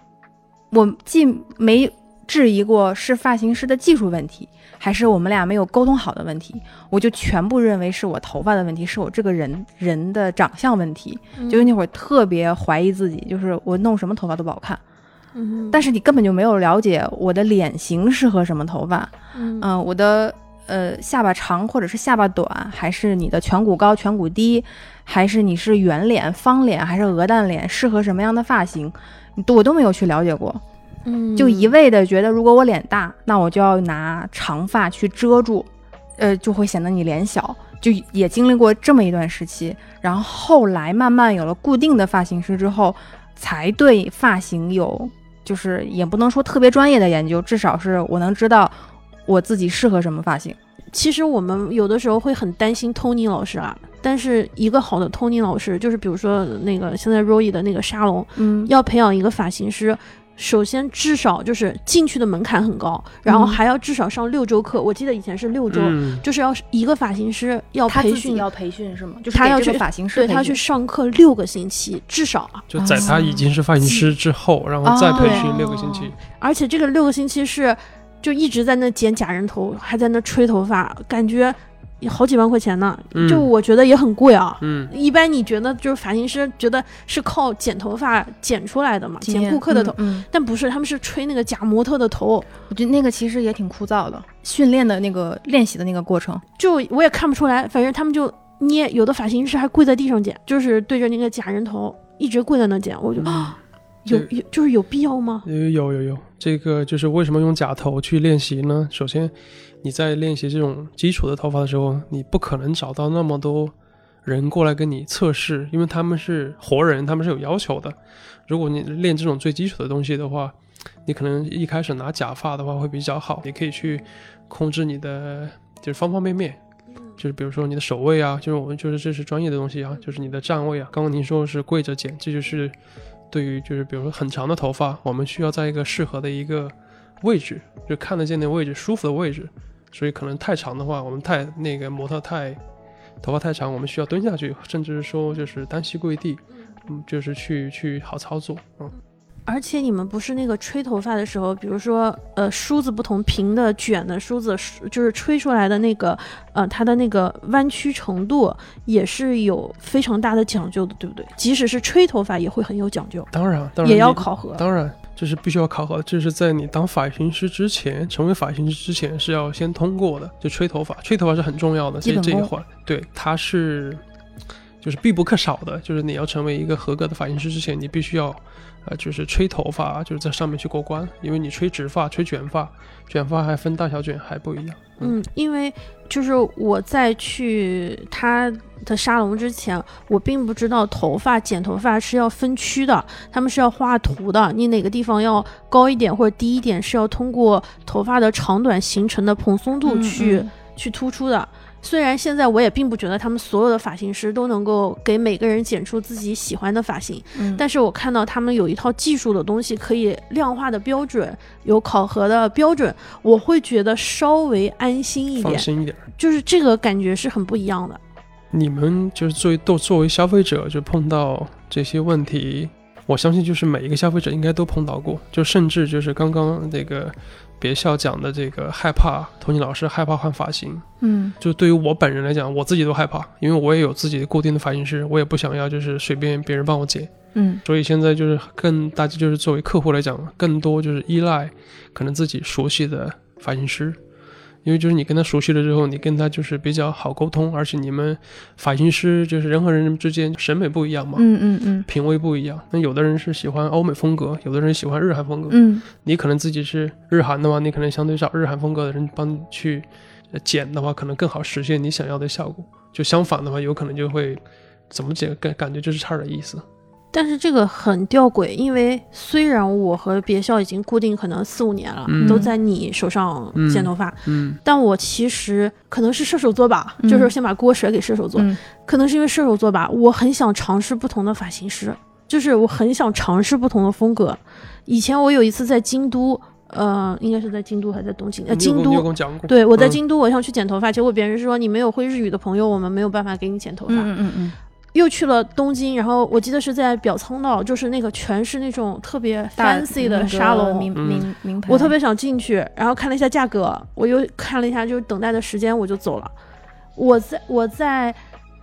A: 我既没质疑过是发型师的技术问题，还是我们俩没有沟通好的问题，我就全部认为是我头发的问题，是我这个人人的长相问题。就是那会儿特别怀疑自己，就是我弄什么头发都不好看。
B: 嗯，
A: 但是你根本就没有了解我的脸型适合什么头发，
B: 嗯
A: 嗯、我的呃下巴长或者是下巴短，还是你的颧骨高、颧骨低，还是你是圆脸、方脸还是鹅蛋脸，适合什么样的发型，你都我都没有去了解过，
B: 嗯
A: 就一味的觉得如果我脸大，那我就要拿长发去遮住，呃，就会显得你脸小。就也经历过这么一段时期，然后后来慢慢有了固定的发型师之后，才对发型有，就是也不能说特别专业的研究，至少是我能知道我自己适合什么发型。
B: 其实我们有的时候会很担心 Tony 老师啊，但是一个好的 Tony 老师，就是比如说那个现在 Roy 的那个沙龙，
A: 嗯
B: 要培养一个发型师，首先至少就是进去的门槛很高，然
A: 嗯
B: 后还要至少上六周课。我记得以前是六周，
C: 嗯
B: 就是要一个发型师要培训，
A: 培训是吗？就是
B: 他
A: 他
B: 要
A: 要
B: 去
A: 去发型师
B: 对
A: 培训，
B: 他要去上课六个星期至少啊，
C: 就在他已经是发型师之后，然后再培训六个星期，
B: 而且这个六个星期是就一直在那剪假人头，还在那吹头发，感觉也好几万块钱呢，
C: 嗯
B: 就我觉得也很贵啊。
C: 嗯
B: 一般你觉得就是发型师觉得是靠剪头发剪出来的嘛，
A: 经验
B: 剪顾客的头，
A: 嗯，嗯
B: 但不是，他们是吹那个假模特的头，
A: 我觉得那个其实也挺枯燥的，训练的那个练习的那个过程。
B: 就我也看不出来，反正他们就捏，有的发型师还跪在地上剪，就是对着那个假人头一直跪在那剪，我就、
A: 啊
C: 嗯
B: 有
C: 对
B: 有就是有必要吗？
C: 有呃有有有，这个就是为什么用假头去练习呢？首先，你在练习这种基础的头发的时候，你不可能找到那么多人过来跟你测试，因为他们是活人，他们是有要求的。如果你练这种最基础的东西的话，你可能一开始拿假发的话会比较好，你可以去控制你的就是方方面面。就是比如说你的手位啊，就是我们就是这是专业的东西啊，就是你的站位啊。刚刚您说是跪着剪，这就是对于就是比如说很长的头发，我们需要在一个适合的一个位置，就看得见的位置，舒服的位置。所以可能太长的话，我们太那个模特太头发太长，我们需要蹲下去，甚至是说就是单膝跪地，嗯，就是去去好操作，嗯
B: 而且你们不是那个吹头发的时候，比如说呃梳子不同，平的、卷的梳子，梳就是吹出来的那个呃它的那个弯曲程度也是有非常大的讲究的，对不对？即使是吹头发也会很有讲究，
C: 当然当然
B: 也要
C: 你
B: 考核。
C: 当然，这是必须要考核，这是在你当发型师之前，成为发型师之前是要先通过的。就吹头发，吹头发是很重要的，
A: 基
C: 这
A: 本
C: 这一
A: 功
C: 环，对，它是就是必不可少的，就是你要成为一个合格的发型师之前，你必须要，呃，就是吹头发，就是在上面去过关，因为你吹直发、吹卷发，卷发还分大小卷还不一样。嗯，
B: 嗯，因为就是我在去他的沙龙之前，我并不知道头发剪头发是要分区的，他们是要画图的，你哪个地方要高一点或者低一点，是要通过头发的长短形成的蓬
A: 嗯
B: 松度去、去突出的。虽然现在我也并不觉得他们所有的发型师都能够给每个人剪出自己喜欢的发型，
A: 嗯，
B: 但
A: 是
B: 是我看到他们有一套技术的东西可以量化的标准，有考核的标准，我会觉得稍微安心嗯一
C: 放
B: 点，
C: 心一点。
B: 就是这个感觉是很不一样的。
C: 你们就是作为都作为消费者，就碰到这些问题，我相信就是每一个消费者应该都碰到过，就甚至就是刚刚这个别笑讲的这个害怕，托尼老师害怕换发型，
A: 嗯
C: 就对于我本人来讲，我自己都害怕，因为我也有自己固定的发型师，我也不想要就是随便别人帮我剪。
A: 嗯
C: 所以现在就是更大家就是作为客户来讲，更多就是依赖可能自己熟悉的发型师，因为就是你跟他熟悉了之后，你跟他就是比较好沟通，而且你们发型师就是人和人之间审美不一样嘛，
A: 嗯嗯嗯
C: 品味不一样。那有的人是喜欢欧美风格，有的人喜欢日韩风格。
A: 嗯
C: 你可能自己是日韩的话，你可能相对找日韩风格的人帮你去呃剪的话，可能更好实现你想要的效果。就相反的话，有可能就会怎么剪感感觉就是差点意思。
B: 但是这个很吊诡，因为虽然我和别校已经固定可能四五年了，
C: 嗯
B: 都在你手上剪头发，
C: 嗯
B: 但我其实可能是射手座吧，
A: 嗯
B: 就是先把锅甩给射手座，
A: 嗯
B: 可能是因为射手座吧，我很想尝试不同的发型师，就是我很想尝试不同的风格。以前我有一次在京都，呃，应该是在京都还是在东京，呃，
C: 你有
B: 京
C: 跟
B: 都
C: 你有跟我讲过，
B: 对，我在
C: 嗯
B: 京都，我想去剪头发，结果别人说你没有会日语的朋友，我们没有办法给你剪头发。
A: 嗯嗯嗯
B: 又去了东京，然后我记得是在表参道，就是那个全是那种特别 fancy 的沙龙。
A: 名
C: 嗯
A: 名名牌，
B: 我特别想进去，然后看了一下价格，我又看了一下就是等待的时间，我就走了。我在我在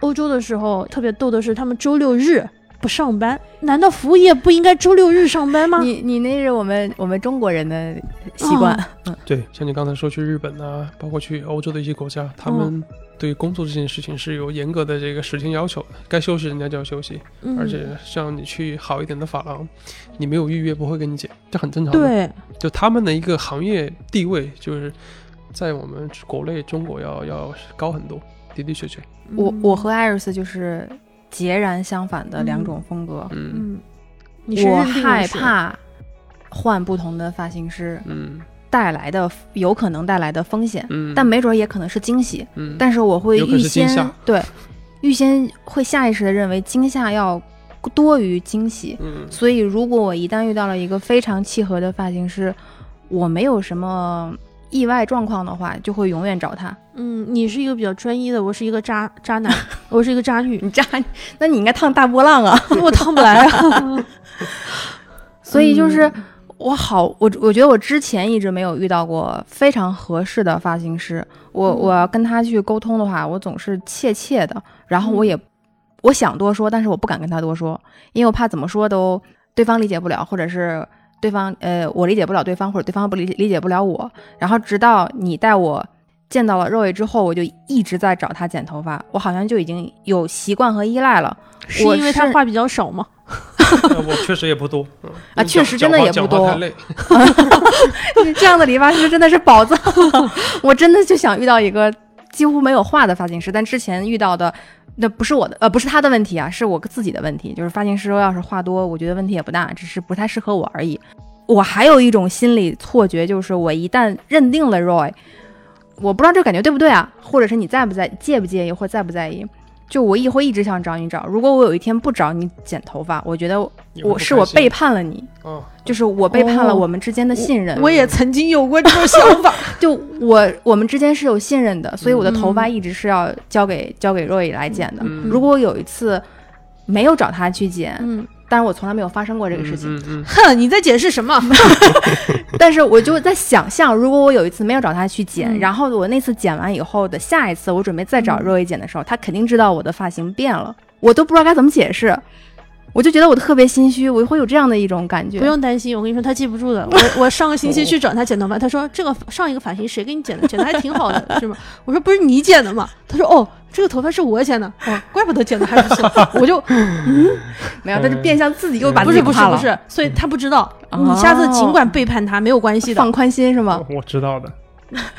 B: 欧洲的时候，特别逗的是，他们周六日不上班，难道服务业不应该周六日上班吗？
A: 你你那是我们我们中国人的习惯，
C: 对，像你刚才说去日本啊，包括去欧洲的一些国家，
A: 嗯
C: 他们对工作这件事情是有严格的这个时间要求的，该休息人家就要休息，
B: 嗯
C: 而且像你去好一点的发廊，你没有预约不会给你剪，这很正常的。
B: 对，
C: 就他们的一个行业地位，就是在我们国内中国要要高很多，的的确确，
A: 我
B: 嗯
A: 我和艾瑞斯就是截然相反的两种风格，
C: 嗯
B: 嗯，你是
A: 我
B: 认定
A: 害
B: 是
A: 怕换不同的发型师
C: 嗯
A: 带来的有可能带来的风险，
C: 嗯，
A: 但没准儿也可能是惊喜。
C: 嗯，
A: 但是我会
C: 有可能
A: 预
C: 是惊
A: 先
C: 吓
A: 对，预先会下意识的认为惊吓要多于惊喜，
C: 嗯 [LAUGHS]
A: 所以如果我一旦遇到了一个非常契合的发型师，我没有什么意外状况的话，就会永远找他。
B: 嗯，你是一个比较专一的，我是一个渣渣 [LAUGHS] 男，我是一个渣 [LAUGHS] 女，
A: 你这样， [LAUGHS] 那你应该烫大波浪啊！
B: 我烫不来啊。
A: 所以就是。
B: 嗯
A: 我好，我我觉得我之前一直没有遇到过非常合适的发型师。我
B: 嗯
A: 我要跟他去沟通的话，我总是怯怯的，然后我
B: 嗯
A: 也、我想多说，但是我不敢跟他多说，因为我怕怎么说都对方理解不了，或者是对方呃我理解不了对方，或者对方不理理解不了我。然后直到你带我见到了肉爷之后，我就一直在找他剪头发，我好像就已经有习惯和依赖了。
B: 是
A: 我
B: 因为他
A: 是
B: 话比较少吗？
C: 但我确实也不多嗯
A: 啊确实真的也
C: 讲话
A: 不
C: 讲话
A: 多
C: 太累
A: 这样的理发师真的是宝藏， [LAUGHS] 我真的就想遇到一个几乎没有话的发型师，但之前遇到的。那不是我的，呃，不是他的问题啊，是我自己的问题。就是发型师要是话多，我觉得问题也不大，只是不太适合我而已。我还有一种心理错觉，就是我一旦认定了 Roy，我不知道这感觉对不对啊，或者是你在不在介不介意，或在不在意。就我一会一直想找你找，如果我有一天不找你剪头发，我觉得
C: 也会
A: 我
C: 不
A: 是
C: 开
A: 我
C: 心
A: 背叛了你，
C: 哦
A: 就是我背叛了
B: 哦
A: 我们之间的信任。
B: 我也曾经有过这种想法。
A: 就我我们之间是有信任的，所以我的头发
B: 嗯
A: 一直是要交给、交给若雨来剪的。
C: 嗯
A: 如果我有一次没有找他去剪，
B: [LAUGHS] 嗯，
A: 但是我从来没有发生过这个事情，
C: 嗯嗯
B: 哼，你在解释什么？嗯
A: [LAUGHS] 但是我就在想象，如果我有一次没有找他去剪，
B: 嗯
A: 然后我那次剪完以后的下一次，我准备再找
B: 嗯
A: 若雨剪的时候，他肯定知道我的发型变了，我都不知道该怎么解释，我就觉得我特别心虚，我会有这样的一种感觉。
B: 不用担心，我跟你说，他记不住的。我我上个星期去找他剪头发，他说这个上一个发型谁给你剪的？剪的还挺好的，是吗？我说不是你剪的吗？他说哦，这个头发是我剪的，哦，怪不得剪的还不错， [LAUGHS] 我就
A: 没有，他就变相自己又把
B: 不
A: 自己
B: 是嗯不是
A: 夸
B: 不
A: 了
B: 是，所以他不知道，
A: 哦
B: 你下次尽管背叛他没有关系的，
A: 放宽心是吗？
C: [LAUGHS] 我知道的，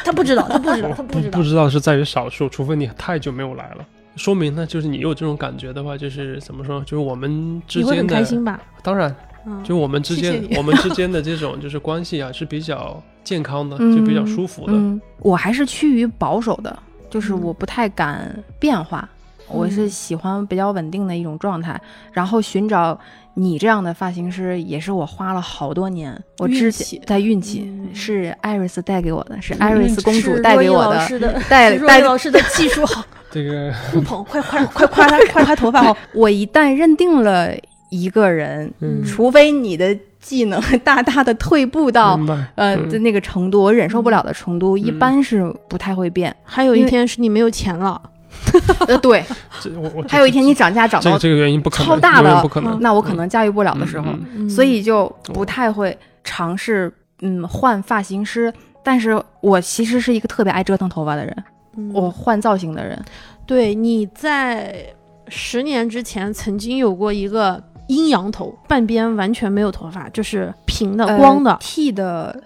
B: 他不知道，他不
C: [LAUGHS]
B: 知道，
C: 我
B: 他
C: 不
B: 知道
C: 不，知道是在于少数，除非你太久没有来了。说明呢，就是你有这种感觉的话，就是怎么说，就是我们之
B: 你会
C: 间
B: 很
C: 的，
B: 开心吧？
C: 当然
B: 嗯，
C: 就我们之间
B: 谢谢
A: [LAUGHS]
B: 你
C: 我们之间的这种就是关系啊，是比较健康的，
A: 嗯
C: 就比较舒服的。
A: 嗯，我还是趋于保守的，就是
B: 嗯
A: 我不太敢变化，我是喜欢比较稳定的一种状态。然后寻找你这样的发型师，也是我花了好多年，我之前
B: 运气
A: 在运气、
B: 嗯
A: 是艾瑞斯带给我的，是
C: 嗯
A: 艾瑞斯公
B: 是
A: 主
B: 若
A: 带
B: 依
A: 给我
B: 老
A: 的，
B: 师的，
A: 带
B: 是若
A: 带
B: 依老师的技术好，
C: 这个
B: 不捧，快快快夸他，夸他头发好，
A: 我一旦认定了一个人，
C: 嗯
A: 除非你的技能大大的退步到、
C: 明白，
A: 呃
C: 嗯
A: 的那个程度，我忍受不了的程度，一般是不太会变。
B: 还有一
A: 因为
B: 天是你没有钱了，
A: 呃，对，
C: 这我我
A: 还有一天你涨价涨
C: 这
A: 到
C: 个这个原因不可能，
A: 超大的嗯
C: 永远不可能。
A: 那我可能驾驭不了的时候，
C: 嗯
B: 嗯
A: 所以就不太会尝试嗯换发型师。但是我其实是一个特别爱折腾头发的人，
B: 嗯
A: 我换造型的人，
B: 对你在十年之前曾经有过一个阴阳头，半边完全没有头发，就是平的、
A: 呃
B: 光的，
A: 剃的，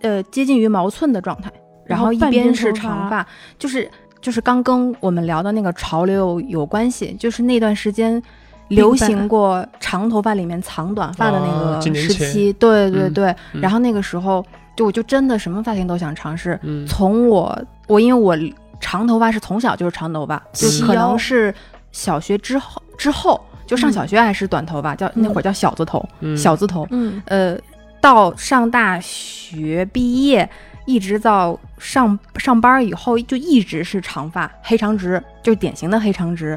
A: 呃，接近于毛寸的状态，然后一
B: 半
A: 边
B: 边
A: 是
B: 头
A: 长，发，就是就是刚跟我们聊的那个潮流有关系，就是那段时间流行过长头发里面藏短发的那
C: 哦
A: 个
C: 几年
A: 时
C: 前
A: 期，对对
C: 嗯
A: 对，
C: 嗯
A: 然后那个时候就我就真的什么发型都想尝试，
C: 嗯
A: 从我我因为我长头发是从小就是长头发，就
C: 嗯
B: 齐
A: 可
B: 腰
A: 能是小学之后之后就上
B: 嗯
A: 小学还是短头发，叫那会儿叫小字头，
C: 嗯
A: 小字头。
B: 嗯，
A: 呃，到上大学毕业，一直到上上班以后，就一直是长发，黑长直，就是典型的黑长直。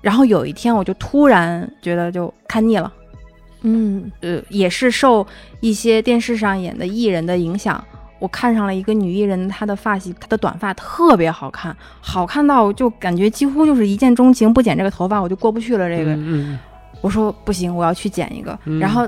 A: 然后有一天，我就突然觉得就看腻了，
B: 嗯
A: 呃，也是受一些电视上演的艺人的影响，我看上了一个女艺人，她的发型，她的短发特别好看，好看到我就感觉几乎就是一见钟情，不剪这个头发我就过不去了。这个，
C: 嗯
A: 我说不行，我要去剪一个。
C: 嗯
A: 然后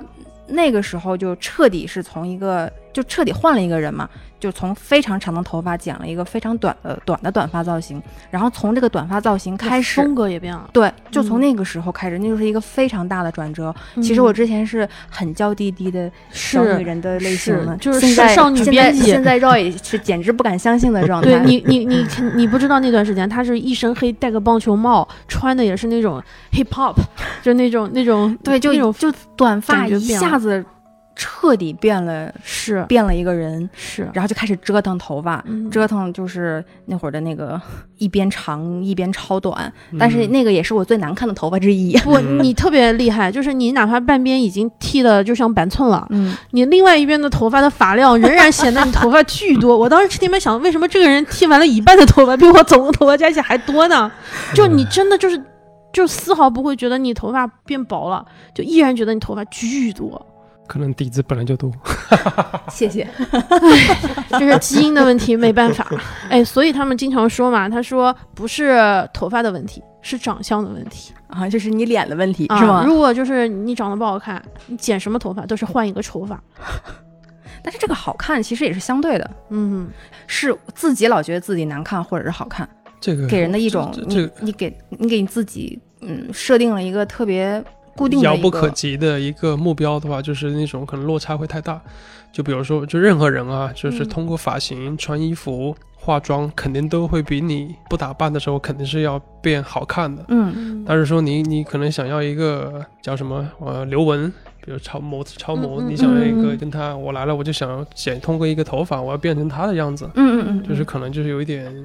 A: 那个时候就彻底是从一个就彻底换了一个人嘛，就从非常长的头发剪了一个非常短的呃短的短发造型，然后从这个短发造型开始
B: 风。格也变了。
A: 对，就从
B: 嗯
A: 那个时候开始，那就是一个非常大的转折。其实我
B: 嗯
A: 之前是很娇滴滴的小女
B: 是
A: 人的类型的，
B: 是就是
A: 现在
B: 少女
A: 现在
B: 编辑
A: 现在 Roy 是简直不敢相信的状态。
B: 对你，你你你不知道那段时间，他是一身黑，戴个棒球帽，穿的也是那种 hip hop，就 [LAUGHS] 那种那种
A: 对，就
B: 那种
A: 就短发
B: 感觉
A: 一
B: 变了
A: 下子彻底变了，
B: 是
A: 变了一个人。
B: 是
A: 然后就开始折腾头发，
B: 嗯
A: 折腾就是那会儿的那个一边长一边超短，但是那个也是我最难看的头发之一。
B: 不，
C: 嗯
B: 你特别厉害，就是你哪怕半边已经剃的就像板寸了，
A: 嗯，
B: 你另外一边的头发的发量 [LAUGHS] 仍然显得你头发巨多。我当时心里面想，为什么这个人剃完了一半的头发比我总的头发加起来还多呢？就你真的就是，就丝毫不会觉得你头发变薄了，就依然觉得你头发巨多。
C: 嗯可能底子本来就多，
A: 谢谢。
B: 这是基因的问题，没 [LAUGHS] 办法。哎，所以他们经常说嘛，他说不是头发的问题，是长相的问题，
A: 啊，就是你脸的问题、
B: 啊、
A: 是吗？
B: 如果就是你长得不好看，你剪什么头发都是换一个丑法。
A: 但是这个好看其实也是相对的，
B: 嗯，
A: 是自己老觉得自己难看或者是好看，
C: 这个
A: 给人的一种
C: 这这
A: 你你给你给你自己嗯设定了一个特别固定的
C: 遥
A: 一
C: 不
A: 个
C: 可及的一个目标的话，就是那种可能落差会太大。就比如说，就任何人啊，就是
B: 嗯
C: 通过发型、穿衣服、化妆，肯定都会比你不打扮的时候肯定是要变好看的。
A: 嗯
C: 但是说你你可能想要一个叫什么呃刘雯，比如超模超模，
B: 嗯嗯
C: 你想要一个
A: 嗯嗯
C: 跟她我来了，我就想要剪通过一个头发，我要变成她的样子，
A: 嗯嗯嗯，
C: 就是可能就是有一点
B: 预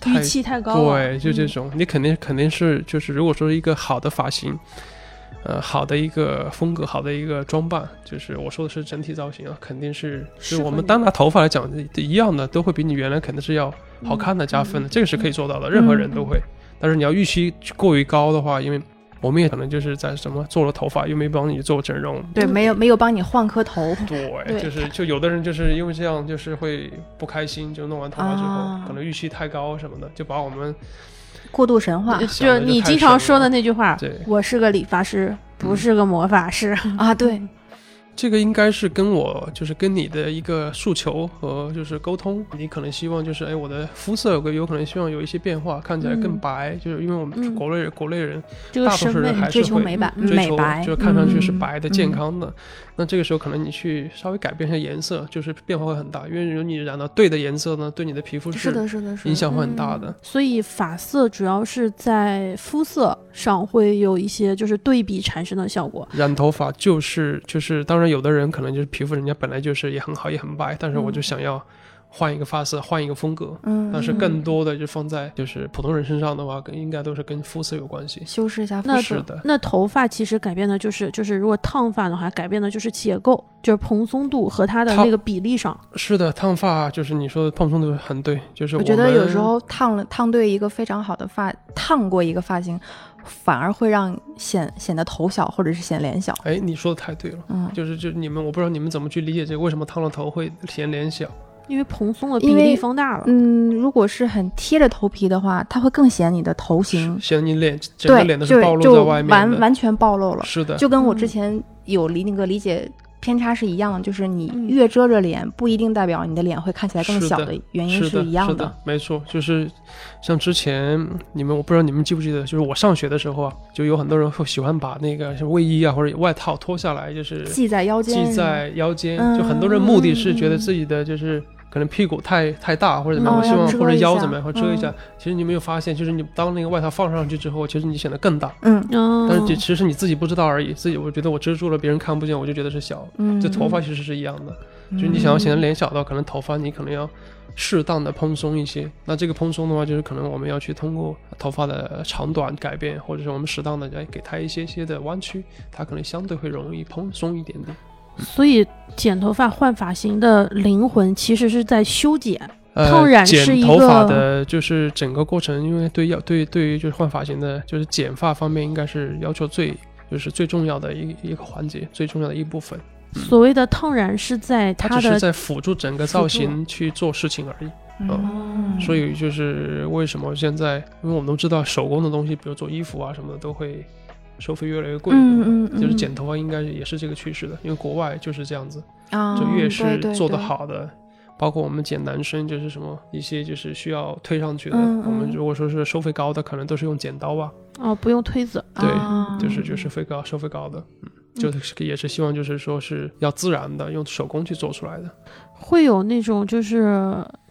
C: 太
B: 期太高了，
C: 对，就这
B: 嗯
C: 种，你肯定肯定是就是，如果说一个好的发型，呃，好的一个风格，好的一个装扮，就是我说的是整体造型啊，肯定是，就是
B: 适
C: 我
B: 合
C: 们
B: 你
C: 单拿头发来讲，一样的都会比你原来肯定是要好看的
B: 嗯
C: 加分的，这个是可以做到的，任何人都会。但是你要预期过于高的话，因为我们也可能就是在什么做了头发又没帮你做整容，
A: 对，没有没有帮你换颗头，
C: 对，
B: 对
C: 就是就有的人就是因为这样，就是会不开心，就弄完头发之后，
A: 啊
C: 可能预期太高什么的，就把我们
A: 过度神话
B: 就
C: 想的
B: 就
C: 就
B: 你
C: 太
B: 经常
C: 深
B: 说
C: 了
B: 的那句话
C: 对，嗯
B: 我是个理发师，不是个魔发师。
A: 啊，对，
C: 这个应该是跟我就是跟你的一个诉求和就是沟通，你可能希望就是哎我的肤色有个有可能希望有一些变化，看起来更
B: 嗯
C: 白，就是因为我们
B: 嗯
C: 国内人国内人
B: 这个
C: 大部
B: 审
C: 分人
B: 美
C: 还是
A: 追求
C: 会
A: 美白、
B: 嗯
C: 追
A: 美
C: 求
A: 白，
C: 就是看上去是
A: 嗯
C: 白的、健。康的。那这个时候可能你去稍微改变一下颜色，就是变化会很大，因为如果你染到对的颜色呢，对你的皮肤
A: 嗯是的，是的，是嗯的
C: 影响会很大的。
B: 嗯所以发色主要是在肤色上会有一些就是对比产生的效果。
C: 染头发就是就是，当然有的人可能就是皮肤人家本来就是也很好也很白，但是我就
B: 嗯
C: 想要换一个发色，换一个风格。
A: 嗯，
C: 但是
A: 嗯
C: 更多的就放在就是普通人身上的话，跟应该都是跟肤色有关系。
A: 修饰一下肤
B: 那
C: 是
A: 色。
C: 的，
B: 那头发其实改变的就是就是如果烫发的话，改变的就是结构，就是蓬松度和它的
C: 烫
B: 那个比例上。
C: 是的，烫发啊就是你说的蓬松度很对，就是
A: 我觉得有
C: 们
A: 时候烫了烫对一个非常好的发，烫过一个发型，反而会让显显得头小或者是显脸小。
C: 哎，你说的太对了。
A: 嗯，
C: 就是就你们，我不知道你们怎么去理解这个，为什么烫了头会显脸小？
B: 因为蓬松了，比
A: 因为
B: 例放大了。
A: 嗯，如果是很贴着头皮的话，它会更显你的头型，
C: 显得你脸整个
A: 对，
C: 脸都是
A: 就
C: 暴露在
A: 就
C: 外面的
A: 完完全暴露了，
C: 是的，
A: 就跟我之
B: 嗯
A: 前有理那个理解偏差是一样的，就是你
B: 嗯
A: 越遮着脸，不一定代表你的脸会看起来更
C: 是
A: 小
C: 的
A: 的原因
C: 是的，
A: 一样
C: 是的，没错，就是像之前你们，我不知道你们记不记得，就是我上学的时候啊，就有很多人会喜欢把那个像卫衣啊或者外套脱下来，就是
A: 系在腰间，
C: 系在腰间，
A: 嗯
C: 就很多人目的是觉得
A: 嗯
C: 自己的就是。可能屁股太太大或者怎么
A: 嗯
C: 样，我希望
A: 要遮
C: 或者
A: 一
C: 腰
A: 下
C: 怎么样，或者遮一下
A: 嗯。
C: 其实你有没有发现，就是你当那个外套放上去之后，其实你显得更大，
A: 嗯
B: 嗯，
C: 但是其实是你自己不知道而已。自己我觉得我遮住了，别人看不见，我就觉得是小。
A: 嗯，
C: 这头发其实是一样的，就是你
A: 嗯
C: 想要显得脸小的话，可能头发你可能要适当的蓬松一些。那这个蓬松的话，就是可能我们要去通过头发的长短改变，或者是我们适当的哎给它一些些的弯曲，它可能相对会容易蓬松一点点。
B: 所以剪头发换发型的灵魂其实是在修剪。
C: 呃，
B: 烫染是
C: 剪
B: 一
C: 头
B: 个
C: 发的就是整个过程，因为对要对对于就是换发型的，就是剪发方面应该是要求最就是最重要的一一个环节，最重要的一部分。
B: 所谓的烫染是在
C: 嗯它
B: 它
C: 只是
B: 的
C: 在辅助整个
B: 辅助
C: 造型去做事情而已。
A: 嗯，
C: 哦所以就是为什么现在，因为我们都知道手工的东西，比如做衣服啊什么的，都会收费越来越贵。
A: 嗯
C: 对吧
A: 嗯嗯
C: 就是剪头发应该也是这个趋势的，因为国外就是这样子，
A: 啊，
C: 就越
A: 对
C: 是
A: 对
C: 做得
A: 对
C: 好的，包括我们剪男生就是什么一些就是需要推上去的，
A: 嗯
C: 我们
A: 嗯
C: 如果说是收费高的，可能都是用剪刀啊，
B: 哦，不用推子，
C: 对
A: 啊
C: 就是就是费高收费高的，嗯，就是也是希望就是说是要自然的，用手工去做出来的。
B: 会有那种就是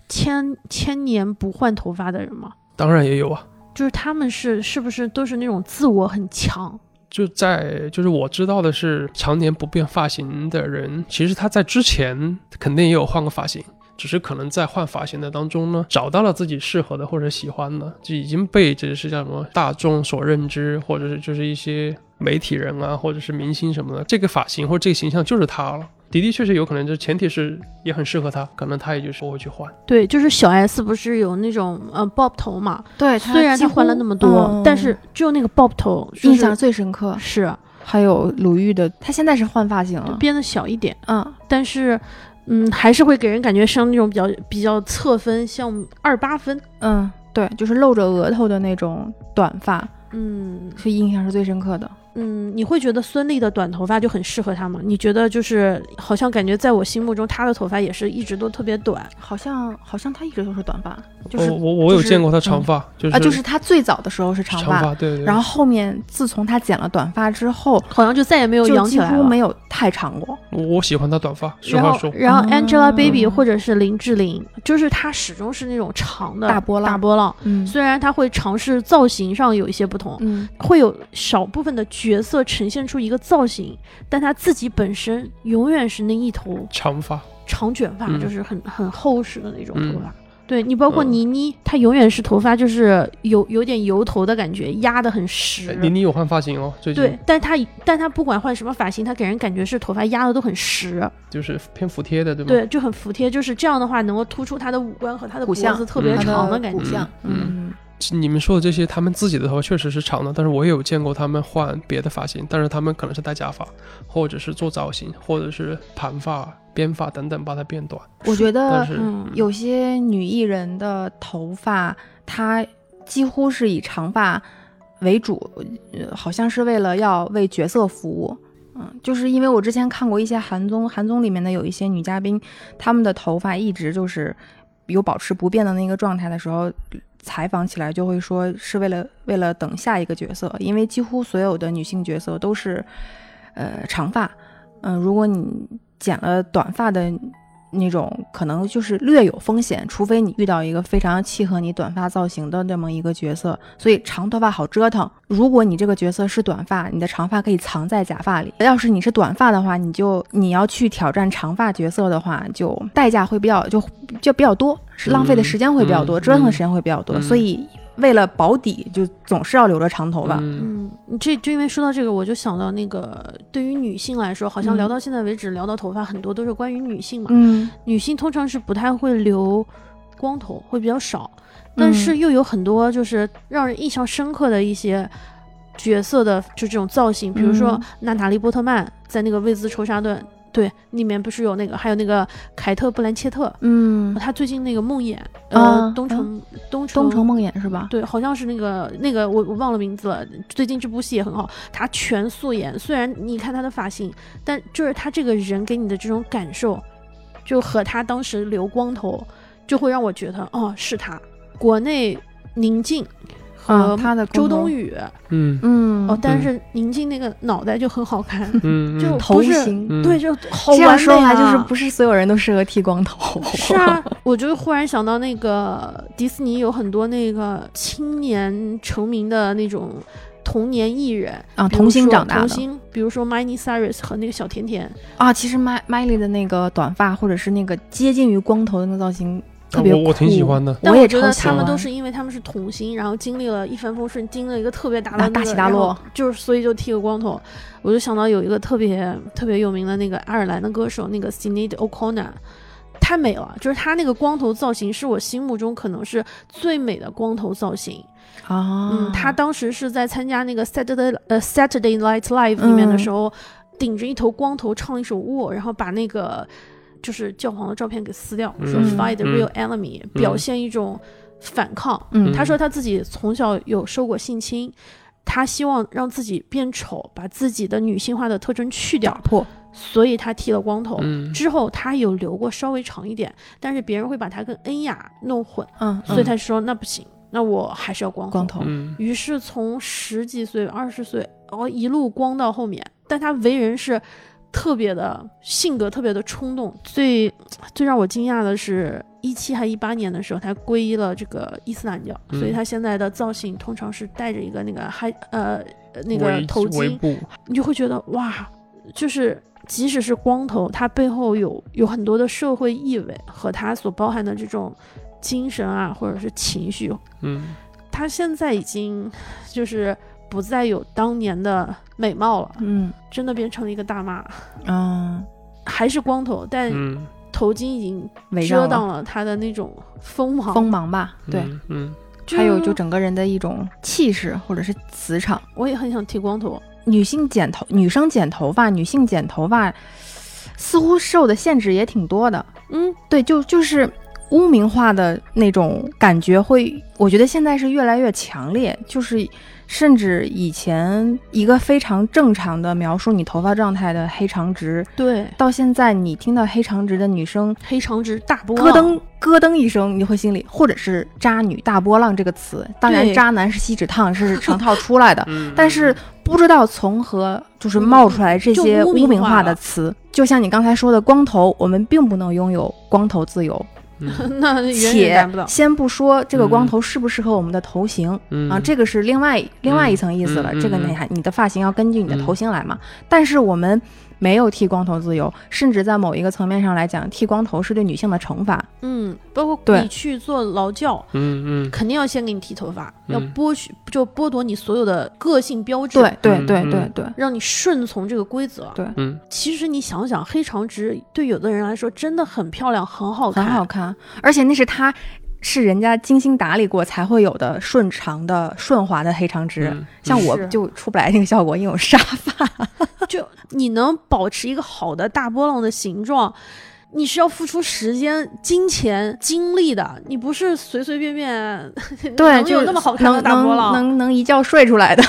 B: 千千年不换头发的人吗？
C: 当然也有啊，
B: 就是他们是是不是都是那种自我很强？
C: 就在就是我知道的是，常年不变发型的人，其实他在之前肯定也有换过发型，只是可能在换发型的当中呢，找到了自己适合的或者喜欢的，就已经被这是叫什么大众所认知，或者是就是一些媒体人啊，或者是明星什么的，这个发型或者这个形象就是他了。的的确确有可能，就是前提是也很适合他，可能他也就是不会去换。
B: 对，就是小 S 不是有那种呃 bob 头嘛？
A: 对，
B: 虽然
A: 他哦嗯
B: 她换了那么多，但是只有那个 bob 头就
A: 印
B: 是
A: 象最深刻
B: 是
A: 还有鲁豫的，她现在是换发型
B: 就
A: 了，
B: 变得小一点，
A: 嗯，
B: 但是嗯，还是会给人感觉像那种比较比较侧分，像二八分。
A: 嗯，对，就是露着额头的那种短发，
B: 嗯
A: 所以印象是最深刻的。
B: 嗯，你会觉得孙俪的短头发就很适合她吗？你觉得就是好像感觉在我心目中她的头发也是一直都特别短，
A: 好像好像她一直都是短发，就是
C: 我我我有
A: 就是
C: 见过他
A: 嗯
C: 长发，就是
A: 啊，就是她最早的时候是
C: 长
A: 长
C: 发，对对。
A: 然后后面自从她剪了短发之后，
B: 好像就再也没有
A: 就
B: 扬起
A: 几
B: 来
A: 乎
B: 了。
A: 没有太长过。
C: 我我喜欢他短发，实
B: 然
C: 话
B: 后
C: 说，，
B: 然后
A: 嗯
B: Angelababy 或者是林志玲，就是她始终是那种长的
A: 大波浪
B: 大波浪。
A: 嗯
B: 虽然她会尝试造型上有一些不同，
A: 嗯，
B: 会有少部分的角色呈现出一个造型，但她自己本身永远是那一头
C: 长发。
B: 长卷发，
C: 嗯
B: 就是很很厚实的那种头发。
C: 嗯
B: 对你，包括
C: 嗯
B: 倪妮，她永远是头发就是有有点油头的感觉，压得很实。
C: 哎倪妮有换发型哦，最近
B: 对，但她但她不管换什么发型，她给人感觉是头发压的都很实。
C: 就是偏服帖的，对吗？
B: 对，就很服帖，就是这样的话，能够突出他的五官和他的脖
A: 骨相
B: 子特别
C: 嗯
B: 长
A: 的
B: 感
A: 骨
B: 觉。
A: 相，
C: 嗯
A: 嗯，
C: 你们说的这些，他们自己的头发确实是长的，但是我也有见过他们换别的发型，但是他们可能是戴假发，或者是做造型，或者是盘发、编发等等，把它变短。
A: 我觉
C: 但
A: 得
C: 是，
B: 嗯
A: 有些女艺人的头发，她几乎是以长发为主，呃好像是为了要为角色服务。嗯，就是因为我之前看过一些韩综，韩综里面的有一些女嘉宾，她们的头发一直就是有保持不变的那个状态的时候，采访起来就会说是为了为了等下一个角色，因为几乎所有的女性角色都是呃长发，嗯、如果你剪了短发的那种，可能就是略有风险，除非你遇到一个非常契合你短发造型的这么一个角色。所以长头发好折腾。如果你这个角色是短发，你的长发可以藏在假发里；要是你是短发的话，你就你要去挑战长发角色的话，就代价会比较就就比较多，是浪费的时间会比较多，
C: 嗯嗯
A: 折腾的时间会比较多。
C: 嗯
A: 所以为了保底，就总是要留着长头发。
C: 嗯
B: 嗯，你这就因为说到这个，我就想到那个，对于女性来说，好像
A: 嗯
B: 聊到现在为止，聊到头发很多都是关于女性嘛。
A: 嗯，
B: 女性通常是不太会留光头，会比较少，
A: 嗯
B: 但是又有很多就是让人印象深刻的一些角色的就这种造型，比如说
A: 嗯
B: 娜塔莉波特曼在那个《未知仇杀队》对里面不是有那个，还有那个凯特布兰切特，
A: 嗯，
B: 她最近那个梦魇，
A: 啊
B: 呃，东城东城
A: 东城梦魇是吧？
B: 对，好像是那个那个我我忘了名字了。最近这部戏也很好，她全素颜，虽然你看她的发型，但就是她这个人给你的这种感受，就和她当时留光头，就会让我觉得哦是她。国内宁静
A: 嗯，
B: 和
A: 他的
B: 周
A: 光头
B: 冬，雨、
C: 嗯
A: 嗯，
B: 哦，但
C: 嗯
B: 是宁静那个脑袋就很好看，
C: 嗯，
B: 就
A: 头
B: 不是
A: 型
C: 嗯
B: 对，就好
A: 这样
B: 完美
A: 说来，
B: 啊
A: 就是不是所有人都适合剃光头。
B: 是啊，我就忽然想到那个迪士尼有很多那个青年成名的那种童年艺人
A: 啊，
B: 比如
A: 童星
B: 说
A: 长大
B: 童
A: 的
B: 星，比如说 Miley Cyrus 和那个小甜甜，
A: 啊，其实麦麦莉的那个短发，或者是那个接近于光头的那个造型，特别
C: 啊我我挺喜
A: 酷
C: 欢的。
B: 但
A: 我也啊
B: 觉
A: 超
B: 得
A: 喜
B: 他们
A: 欢
B: 都是因为他们是童星，然后经历了一帆风顺，经历了一个特别大的、
A: 那
B: 那
A: 啊大
B: 个
A: 起大
B: 然后
A: 落
B: 就是所以就剃个光头。我就想到有一个特别特别有名的那个爱尔兰的歌手，那个 s i n e d O'Connor。太美了，就是她那个光头造型是我心目中可能是最美的光头造型。
A: 啊。
B: 嗯，他当时是在参加那个 Saturday 呃 Saturday Night Live 里面的
A: 嗯
B: 时候，顶着一头光头唱了一首《War》，然后把那个就是教皇的照片给撕掉，说
A: 嗯
B: Fight the
C: 嗯
B: real enemy，、表现一种反抗。
A: 嗯
B: 他说他自己从小有受过性侵，他希望让自己变丑，把自己的女性化的特征去掉，
A: 破，
B: 所以他剃了光头。
C: 嗯，
B: 之后他有留过稍微长一点，但是别人会把他跟恩雅弄混，
A: 嗯，
B: 所
A: 嗯
B: 以他说那不行，那我还是要光头。
A: 光头，
C: 嗯
B: 于是从十几岁、二十岁，然后一路光到后面，但他为人是特别的性格特别的冲动。最最让我惊讶的是，一七还一八年的时候，他皈依了这个伊斯兰教，
C: 嗯
B: 所以他现在的造型通常是戴着一个那个还呃呃那个
C: 围
B: 头
C: 围
B: 巾，
C: 布，
B: 你就会觉得哇，就是。即使是光头，他背后有有很多的社会意味和他所包含的这种精神啊，或者是情绪
C: 嗯
B: 她现在已经就是不再有当年的美貌了，
A: 嗯
B: 真的变成了一个大妈，
A: 啊，
B: 还是光头，但
C: 嗯，
B: 头巾已经
A: 围绕
B: 遮
A: 了
B: 挡了她的那种锋芒。
A: 锋芒吧，对，
C: 嗯，嗯，，
A: 还有就，整个人的一种气势或者是磁场。
B: 我也很想剃光头，
A: 女性剪头，女生剪头发，女性剪头发，似乎受的限制也挺多的。
B: 嗯，
A: 对，就就是污名化的那种感觉会，我觉得现在是越来越强烈，就是甚至以前一个非常正常的描述你头发状态的黑长直，
B: 对，
A: 到现在你听到黑长直的女生
B: 黑长直大波
A: 咯
B: 浪，
A: 噔咯噔一声，你会心里或者是渣女大波浪这个词，当然
B: 对
A: 渣男是锡纸烫是成套出来的
C: 嗯
A: 但是不知道从何就是冒出来这些
B: 嗯就污
A: 污
B: 名
A: 名
B: 化
A: 化的
B: 了
A: 词，就像你刚才说的光头，我们并不能拥有光头自由，
C: 嗯
B: [LAUGHS] 那远远达
A: 且
B: 不到。
A: 先不说这个光
C: 嗯
A: 头适不适合我们的头型
C: 嗯
A: 啊，这个是另外另外一层意思了。
C: 嗯嗯
A: 这个
C: 嗯
A: 你
C: 嗯
A: 还你的发型要根据你的
C: 嗯
A: 头型来嘛。但是我们没有剃光头自由，甚至在某一个层面上来讲，剃光头是对女性的惩罚。
B: 嗯，包括
A: 对
B: 你去做劳教，
C: 嗯嗯
B: 肯定要先给你剃头发，
C: 嗯
B: 要剥取就剥夺你所有的个性标志，
A: 对，对
C: 嗯
A: 对
C: 嗯
A: 对对，
B: 让你顺从这个规则。
A: 对
C: 嗯
B: 其实你想想，黑长直对有的人来说真的很漂亮，很好看，
A: 很好看，而且那是他。是人家精心打理过才会有的顺长的顺滑的黑长直，
C: 嗯
A: 像我
B: 是
A: 就出不来那个效果，因为我
B: [LAUGHS]
A: 沙发。
B: 就你能保持一个好的大波浪的形状，你是要付出时间、金钱、精力的，你不是随随便便
A: [LAUGHS] 对，
B: 能
A: 就
B: 有
A: 是
B: 那么好看的
A: 能
B: 大波
A: 能
B: 浪。
C: [LAUGHS]
A: 能能一觉睡出来的。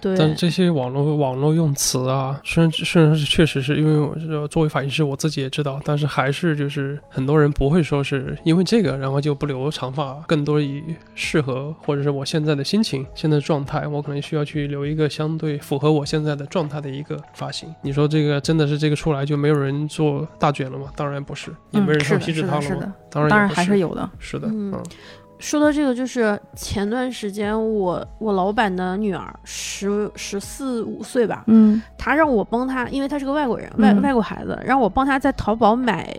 B: 对，
C: 但这些网络网络用词啊，虽然虽然是确实是因为我是作为发型师，我自己也知道，但是还是就是很多人不会说是因为这个，然后就不留长发，更多以适合或者是我现在的心情、现在的状态，我可能需要去留一个相对符合我现在的状态的一个发型。你说这个真的是这个出来就没有人做大卷了吗？当然不是，也没人
A: 嗯是
C: 上
A: 的，
C: 锡纸
A: 是
C: 烫
A: 的，
C: 了
A: 是
C: 吗？
A: 的，
C: 当然
A: 当
C: 当
A: 然还是有的。
C: 是的，
B: 嗯
C: 嗯，
B: 说到这个，就是前段时间我我老板的女儿十十四五岁吧，
A: 嗯
B: 她让我帮她，因为她是个外国人，外、
A: 嗯
B: 外国孩子，让我帮她在淘宝买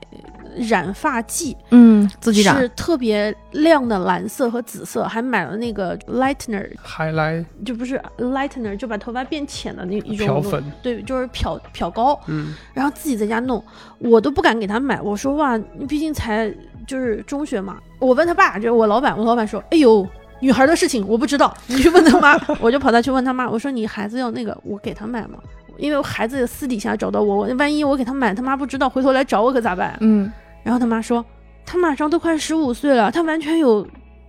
B: 染发剂，
A: 嗯，自己染
B: 是特别亮的蓝色和紫色，还买了那个 lightener，
C: 还来
B: 就不是 lightener，就把头发变浅的那一种
C: 漂粉，
B: 对，就是漂漂膏，
C: 嗯，
B: 然后自己在家弄，我都不敢给他买。我说哇，你毕竟才就是中学嘛。我问他爸，就是我老板，我老板说，哎呦，女孩的事情我不知道，你去问他妈。 [LAUGHS] 我就跑他去问他妈，我说你孩子要那个，我给他买吗？因为我孩子私底下找到我，我万一我给他买，他妈不知道，回头来找我可咋办？
A: 嗯
B: 然后他妈说，他马上都快十五岁了，他完全有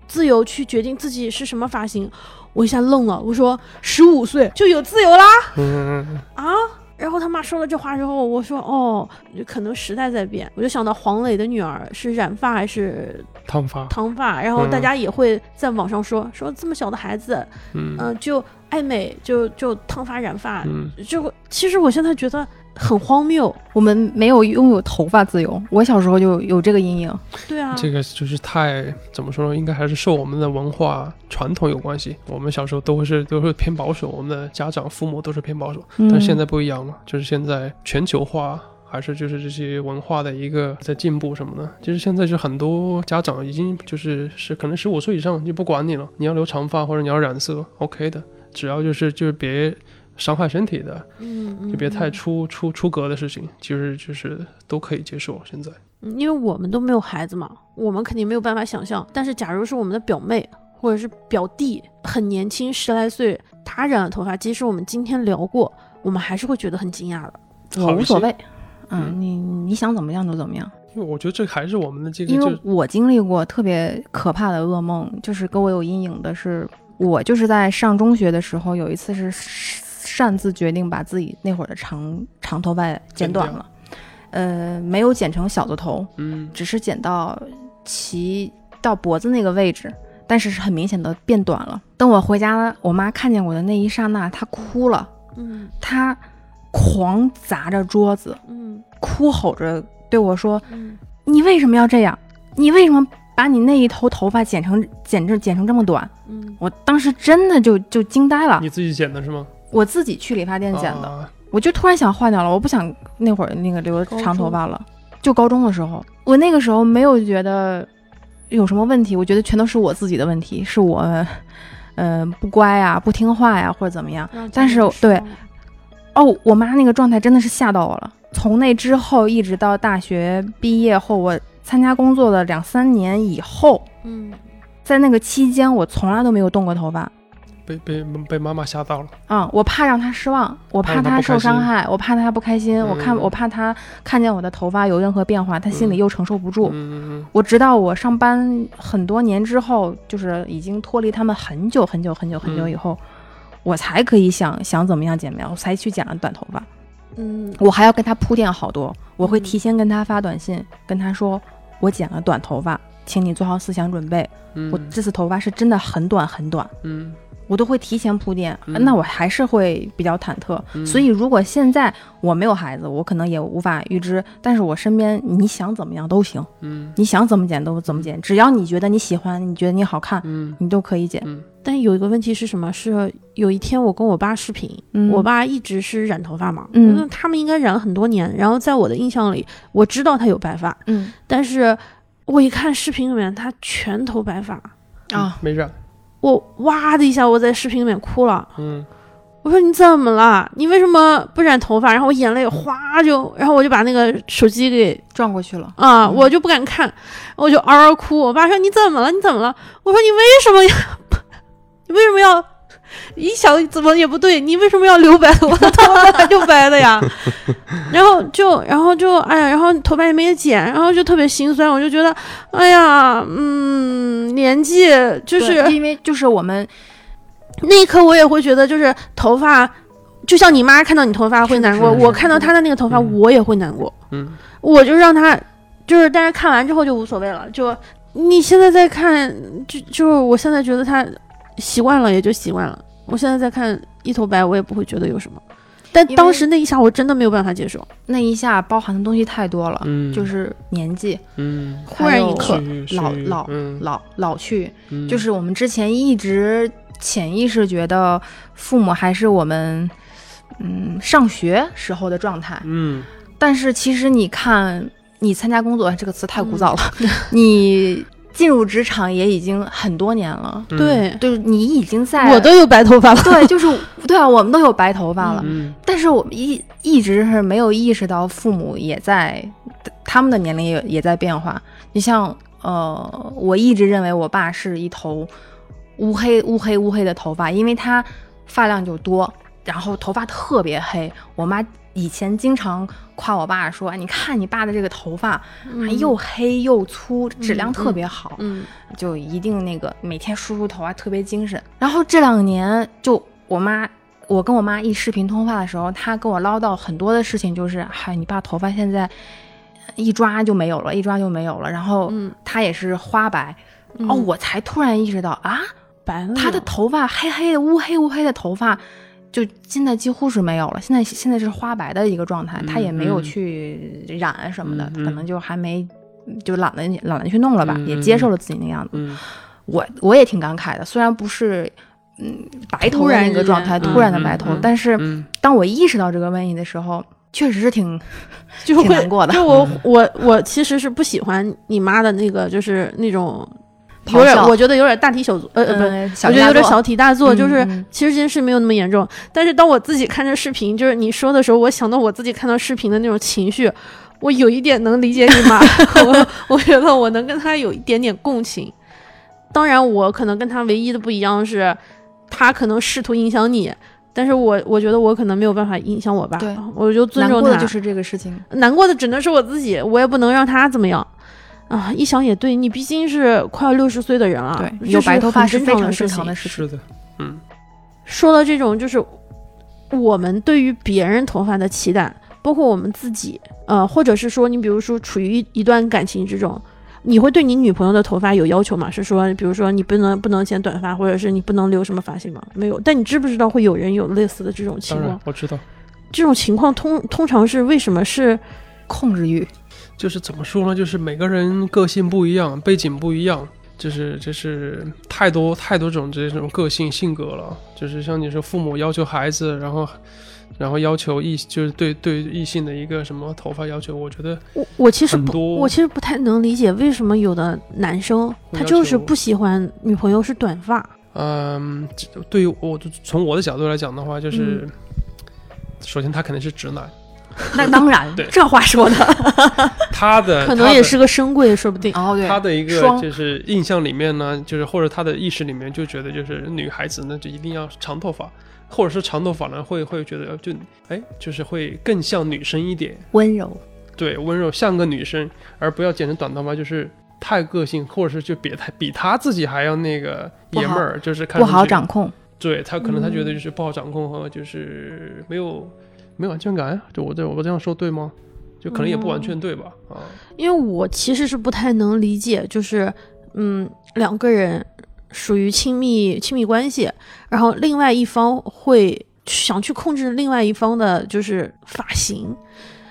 B: 自由去决定自己是什么发型。我一下愣了，我说十五岁就有自由啦？
C: 嗯嗯
B: 啊！然后他妈说了这话之后，我说哦，可能时代在变，我就想到黄磊的女儿是染发还是
C: 嗯烫发，
B: 烫发，然后
C: 嗯
B: 大家也会在网上说说这么小的孩子，
C: 嗯
A: 呃
B: 嗯、就爱美，就就烫发染发，
C: 嗯，
B: 就其实我现在觉得很荒谬，
A: 我们没有拥有头发自由，我小时候就有这个阴影。
B: 对啊，
C: 这个就是太怎么说呢？应该还是受我们的文化传统有关系。我们小时候都会是都会偏保守，我们的家长、父母都是偏保守，
A: 嗯、
C: 但是现在不一样了，就是现在全球化。还是就是这些文化的一个在进步什么的，其实现在是很多家长已经就是是可能十五岁以上就不管你了，你要留长发或者你要染色，OK 的，只要就是就是别伤害身体的，
B: 嗯，嗯
C: 就别太出出出格的事情，其实就是都可以接受。现在，
B: 嗯因为我们都没有孩子嘛，我们肯定没有办法想象。但是假如是我们的表妹或者是表弟，很年轻，十来岁，他染了头发，即使我们今天聊过，我们还是会觉得很惊讶的。
A: 我无所谓，
C: 嗯
A: 嗯，你你想怎么样就怎么样。
C: 因为我觉得这还是我们的这个
A: 因
C: 就
A: 为我经历过特别可怕的噩梦，就是给我有阴影的是，我就是在上中学的时候，有一次是擅自决定把自己那会儿的长长头发剪短了，呃，没有剪成小的头，
C: 嗯
A: 只是剪到齐到脖子那个位置，但是是很明显的变短了。等我回家，我妈看见我的那一刹那，她哭了，
B: 嗯
A: 她狂砸着桌子，
B: 嗯
A: 哭吼着对我说：“
B: 嗯
A: 你为什么要这样？你为什么把你那一头头发剪成剪这剪成这么短？
B: 嗯
A: 我当时真的就就惊呆了，
C: 你自己剪的是吗？
A: 我自己去理发店剪的，
C: 啊
A: 我就突然想换掉了，我不想那会儿那个留
B: 高
A: 长头
B: 中
A: 发了，就高中的时候，我那个时候没有觉得有什么问题，我觉得全都是我自己的问题，是我，呃，不乖呀、不听话呀、或者怎么样。
B: 让
A: 但
B: 家
A: 是
B: 人
A: 对
B: 失望
A: 哦，我妈那个状态真的是吓到我了。从那之后一直到大学毕业后，我参加工作的两三年以后，
B: 嗯
A: 在那个期间，我从来都没有动过头发。
C: 被被被妈妈吓到了，
A: 啊、我怕让她失望，我怕
C: 让她
A: 她
C: 不
A: 受
C: 开
A: 伤
C: 心
A: 害，我怕她不开心，我看
C: 嗯
A: 我怕她看见我的头发有任何变化，她心里
C: 嗯
A: 又承受不住。
C: 嗯，
A: 我直到我上班很多年之后，就是已经脱离他们很久很久很久很久
C: 嗯
A: 以后，我才可以想想怎么样剪苗，我才去剪了短头发。
B: 嗯
A: 我还要跟他铺垫好多，我会
B: 嗯
A: 提前跟他发短信，跟他说我剪了短头发，请你做好思想准备，
C: 嗯
A: 我这次头发是真的很短很短，
C: 嗯
A: 我都会提前铺垫，
C: 嗯
A: 那我还是会比较忐忑。
C: 嗯
A: 所以如果现在我没有孩子，我可能也无法预知，但是我身边你想怎么样都行，
C: 嗯
A: 你想怎么剪都怎么剪，只要你觉得你喜欢，你觉得你好看，
C: 嗯
A: 你都可以剪。
C: 嗯
B: 但有一个问题是什么？是有一天我跟我爸视频，
A: 嗯
B: 我爸一直是染头发嘛，
A: 嗯
B: 那他们应该染了很多年。然后在我的印象里，我知道他有白发，
A: 嗯
B: 但是我一看视频里面他全头白发，
A: 啊，
C: 嗯没染，
B: 我哇的一下我在视频里面哭了。
C: 嗯
B: 我说你怎么了？你为什么不染头发？然后我眼泪哗就，然后我就把那个手机给
A: 转过去了。
B: 啊、我就不敢看，我就嗷嗷哭。我爸说你怎么了？你怎么了？我说你为什么要？ [LAUGHS] 你为什么要？一想怎么也不对，你为什么要留白？我的头发本来就白的呀。然后就，然后就，哎呀，然后头发也没剪，然后就特别心酸。我就觉得，哎呀，嗯，年纪就是
A: 对因为就是我们
B: 那一刻我也会觉得，就是头发，就像你妈看到你头发会难过，
C: 是是
B: 我看到她的那个头发
C: 嗯
B: 我也会难过。
C: 嗯，
B: 我就让她，就是但是看完之后就无所谓了。就你现在在看，就就是我现在觉得她习惯了也就习惯了。我现在在看一头白，我也不会觉得有什么。但
A: 因为
B: 当时那一下我真的没有办法接受，
A: 那一下包含的东西太多了，
C: 嗯
A: 啊就是年纪、
C: 嗯，
B: 忽然一刻
A: 还有老老
C: 老
A: 老老去，
C: 嗯，
A: 就是我们之前一直潜意识觉得父母还是我们嗯上学时候的状态，
C: 嗯
A: 但是其实你看，你参加工作哎这个词太古早了，
C: 嗯
A: [LAUGHS] 你进入职场也已经很多年了，
C: 嗯
B: 对、
A: 就是你已经在
B: 我都有白头发了。
A: 对，就是对啊，我们都有白头发了，
C: 嗯
A: 但是我们一一直是没有意识到父母也在他们的年龄也也在变化。你像呃，我一直认为我爸是一头乌黑乌黑乌黑的头发，因为他发量就多，然后头发特别黑。我妈以前经常夸我爸说：“哎，你看你爸的这个头发、 [LAUGHS] 哎又黑又粗，质量特别好。
B: 嗯
A: 就一定那个每天梳梳头啊，特别精神。然后这两年就我妈，我跟我妈一视频通话的时候，她跟我唠叨很多的事情，就是嗨，你爸头发现在一抓就没有了，一抓就没有了。然后
B: 嗯
A: 他也是花白，
B: 嗯
A: 哦，我才突然意识到啊，
B: 白了
A: 他的头发黑黑的、乌黑乌黑的头发。就现在几乎是没有了，现在现在是花白的一个状态，他也没有
C: 嗯
A: 去染什么的，
C: 嗯嗯
A: 可能就还没就懒得懒得去弄了吧，
C: 嗯
A: 也
C: 嗯
A: 接
C: 嗯
A: 受了自己那个样子。
C: 嗯
A: 我我也挺感慨的，虽然不是嗯白头的那个状态，
B: 突然之间
A: 突然的
C: 嗯
A: 白头，
B: 嗯嗯
A: 但是
C: 嗯
A: 当我意识到这个问题的时候，确实是
B: [LAUGHS]
A: 挺
B: 就
A: 挺
B: 会
A: 难过的
B: 就我
C: 嗯
B: 我我其实是不喜欢你妈的那个，就是那种
A: 咆
B: [LAUGHS] 有点，
A: 哮
B: 我觉得有点大题小做，呃呃不。
A: 嗯，小
B: 我觉得有
A: 家
B: 点
A: 伙
B: 小题大做，
A: 嗯
B: 就是
A: 嗯
B: 其实这件事没有那么严重。但是当我自己看着视频，就是你说的时候，我想到我自己看到视频的那种情绪，我有一点能理解你
A: [LAUGHS]
B: 妈，我我觉得我能跟她有一点点共情。当然，我可能跟她唯一的不一样是，她可能试图影响你，但是我我觉得我可能没有办法影响我爸
A: 对，
B: 我就尊
A: 难
B: 重
A: 过的
B: 她。
A: 就是这个事情，
B: 难过的只能是我自己，我也不能让他怎么样。啊，一想也对，你毕竟是快要六十岁的人了，这
A: 对，有白头发是
B: 啊很
A: 非常
B: 正
A: 正
B: 常
A: 常
B: 的
A: 的
B: 事情。
A: 事情，
C: 是的，嗯
B: 说到这种，就是我们对于别人头发的期待，包括我们自己，呃，或者是说你比如说处于一一段感情之中，你会对你女朋友的头发有要求吗？是说，比如说你不能不能剪短发，或者是你不能留什么发型吗？没有。但你知不知道会有人有类似的这种情
C: 当然
B: 况？
C: 我知道，
B: 这种情况通通常是为什么是？
A: 控制欲，
C: 就是怎么说呢？就是每个人个性不一样，背景不一样，就是就是太多太多种这种个性性格了。就是像你说，父母要求孩子，然后然后要求异，就是对对异性的一个什么头发要求，我觉得
B: 我我其实
C: 很
B: 不，
C: 多
B: 我其实不太能理解为什么有的男生
C: 会
B: 他
C: 要
B: 就是
C: 求
B: 不喜欢女朋友是短发。
C: 嗯，这对于我从我的角度来讲的话，就是、
B: 嗯
C: 首先他肯定是直男，
A: 那当然
C: 对，
A: 这话说的，
C: 呃他的
B: [LAUGHS] 可能也是个深贵，说不定。
A: 哦对
C: 他的他的一个
A: 双
C: 就是印象里面呢，就是呃或者他的意识里面就觉得就是女孩子呢就一定要长头发，或者是长头发呢会会觉得就哎就是会更像女生一点，
A: 温柔，
C: 对温柔像个女生，而不要剪成短头发就是。太个性，或者是就比他比他自己还要那个
A: 不
C: 爷
A: 好
C: 们儿，就是看
A: 不
C: 上
A: 好
C: 去
A: 掌控，
C: 对他可能他觉得就是不好掌控和就是没有没有安全感啊，就我这我这样说对吗？就可能也不完全对吧？啊，
B: 因为我其实是不太能理解，就是嗯，两个人属于亲密亲密关系，然后另外一方会想去控制另外一方的，就是发
C: [LAUGHS]
B: 型。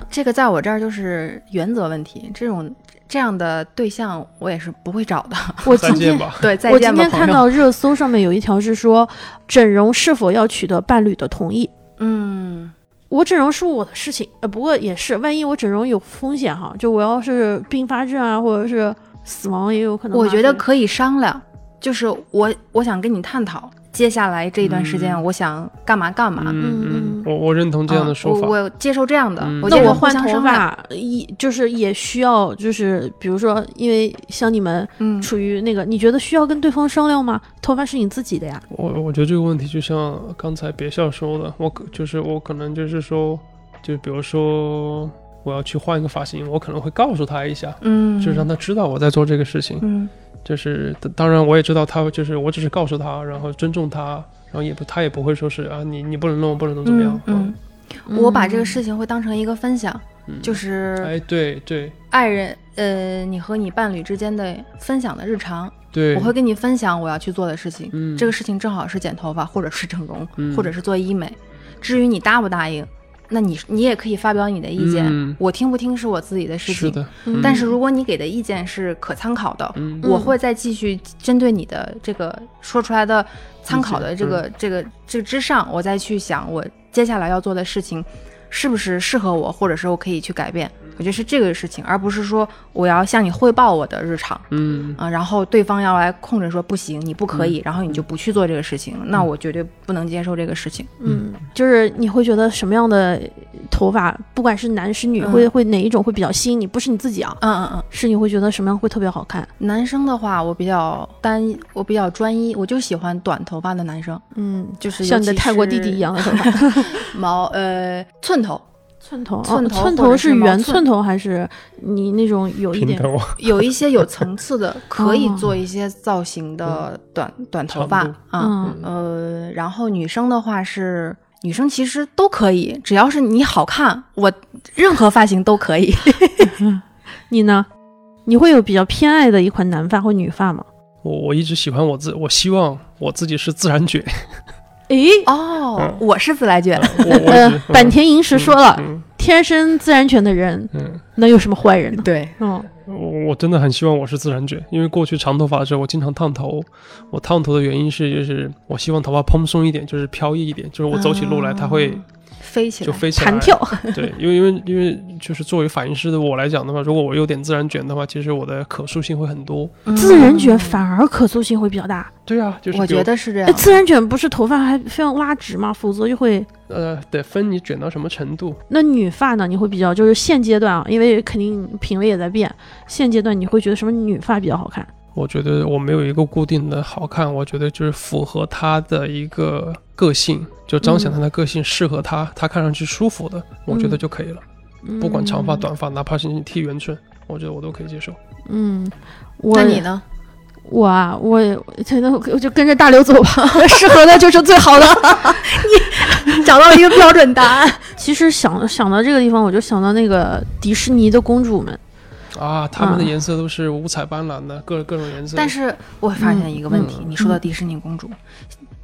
A: 这个在我这儿就是原则问题，这种这样的对象我也是不会找的， [LAUGHS]
B: 我
C: 再
B: 今
C: 见
B: 天。
C: 吧。
B: [LAUGHS]
A: 对，再
B: 我今
A: 见吧，
B: 天
A: 朋
B: 看
A: 友，
B: 到热搜上面有一条是说，整容是否要取得伴侣的同意？
A: 嗯，
B: 我整容是我的事情，呃，不过也是，万一我整容有风险哈，就我要是并发症啊，或者是死亡也有可能发
A: 我
B: 生。
A: 觉得可以商量，就是我我想跟你探讨接下来这一段时间
C: 嗯
A: 我想干嘛干嘛。
C: 嗯
B: 嗯
C: 嗯，我我认同这样的
A: 啊
C: 说法。
A: 我我接受这样的，
C: 嗯
A: 我
B: 那
A: 接
B: 我
A: 受互
B: 换
A: 相
B: 头
A: 商量。
B: 发，一就是也需要，就是比如说，因为像你们
A: 嗯，
B: 处于那个，你觉得需要跟对方商量吗？头发是你自己的呀。
C: 我我觉得这个问题就像刚才别笑说的，我可就是我可能就是说，就比如说我要去换一个发型，我可能会告诉他一下，
A: 嗯，
C: 就是让他知道我在做这个事情。
A: 嗯
C: 就是当当然我也知道他就是我只是告诉他，然后尊重他，然后也不，他也不会说是啊，你你不能弄，不能弄怎么样？
A: 嗯，嗯我把这个事情会当成一个分享，
C: 嗯
A: 就是
C: 哎，对对
A: 爱人，呃，你和你伴侣之间的分享的日常，
C: 对，
A: 我会跟你分享我要去做的事情。
C: 嗯
A: 这个事情正好是剪头发，或者是整容，
C: 嗯
A: 或者是做医美。至于你答不答应，那你你也可以发表你的意见，
C: 嗯
A: 我听不听是我自己的事情。
C: 是的，
B: 嗯
A: 但是如果你给的意见是可参考的，
C: 嗯
A: 我会再继续针对你的这个说出来的参考的
C: 理
A: 这
C: 解嗯
A: 个、这个这个之上，我再去想我接下来要做的事情是不是适合我，或者是我可以去改变。
C: 嗯
A: 我觉得是这个事情，而不是说我要向你汇报我的日常。
C: 嗯
A: 啊，然后对方要来控制说不行，你不可以，然后
C: 嗯
A: 你就不去做这个事情，那我绝对不能接受这个事情。
B: 嗯，就是你会觉得什么样的头发，不管是男是女，会
A: 嗯
B: 会哪一种会比较吸引你？不是你自己啊，
A: 嗯嗯嗯，
B: 是你会觉得什么样会特别好看？
A: 男生的话，我比较单一，我比较专一，我就喜欢短头发的男生，
B: 嗯，
A: 就是
B: 像
A: 尤
B: 你的
A: 其
B: 泰国弟弟
A: 是
B: 一 [LAUGHS] 样的头发，
A: 毛呃寸头，
B: 寸头，哦
A: 寸头
B: 寸
A: 或
B: 头
A: 者是毛
B: 圆
A: 寸
B: 寸头还是你那种有一
C: 平
B: 点
C: 头啊
A: 有一些有层次的，可以
B: 哦
A: 做一些造型的短短头发
C: 长
A: 啊。
B: 嗯
A: 呃，然后女生的话是。女生其实都可以，只要是你好看，我任何发型都可
B: [LAUGHS]
A: 以。
B: 你呢？你会有比较偏爱的一款男发或女发吗？
C: [LAUGHS] 我我一直喜欢我自，我希望我自己是自然
A: [LAUGHS]
C: 卷，
B: 诶，
A: 哦
C: 嗯，
A: 我是自来卷，
C: 我我一
B: 呃
C: 直，
B: 坂田银时说了，
C: 嗯
B: 天生自然卷的人
C: 嗯，
B: 能有什么坏人呢？
A: 对，
B: 嗯
C: 我我真的很希望我是自然卷，因为过去长头发的时候，我经常烫头。我烫头的原因是，就是我希望头发蓬松一点，就是飘逸一点，就是我走起路来它会
A: 飞起来，
C: 就飞起来。
B: 弹跳，
C: 对，因为因为因为就是作为发型师的我来讲的话，如果我有点自然卷的话，其实我的可塑性会很多。
B: 嗯自然
A: 嗯
B: 卷反而可塑性会比较大。
C: 对啊，就是
A: 我
C: 比如
A: 觉得是这
B: 哎，
A: 样。
B: 自然卷不是头发还非要拉直吗？否则就会。
C: 呃，得分你卷到什么程度。
B: 那女发呢？你会比较就是现阶段啊，因为肯定品味也在变，现阶段你会觉得什么女发比较好看？
C: 我觉得我没有一个固定的好看，我觉得就是符合他的一个个性，就彰显他的个性，适合他，他看上去舒服的，我觉得
B: 嗯
C: 就可以了。不管长发
B: 嗯，
C: 短发，哪怕是你剃圆寸，我觉得我都可以接受。
B: 嗯，我
A: 那你呢？
B: 我啊，我真的我就跟着大刘走吧， [LAUGHS] 适合的就是最好的。 [LAUGHS]
A: 找到一个标准答案。
B: 其实想想到这个地方，我就想到那个迪士尼的公主们，
C: 啊，他们的
B: 嗯
C: 颜色都是五彩斑斓的，各各种颜色。
A: [LAUGHS] 但是我发现一个问题，
C: 嗯
A: 你说到迪士尼公主，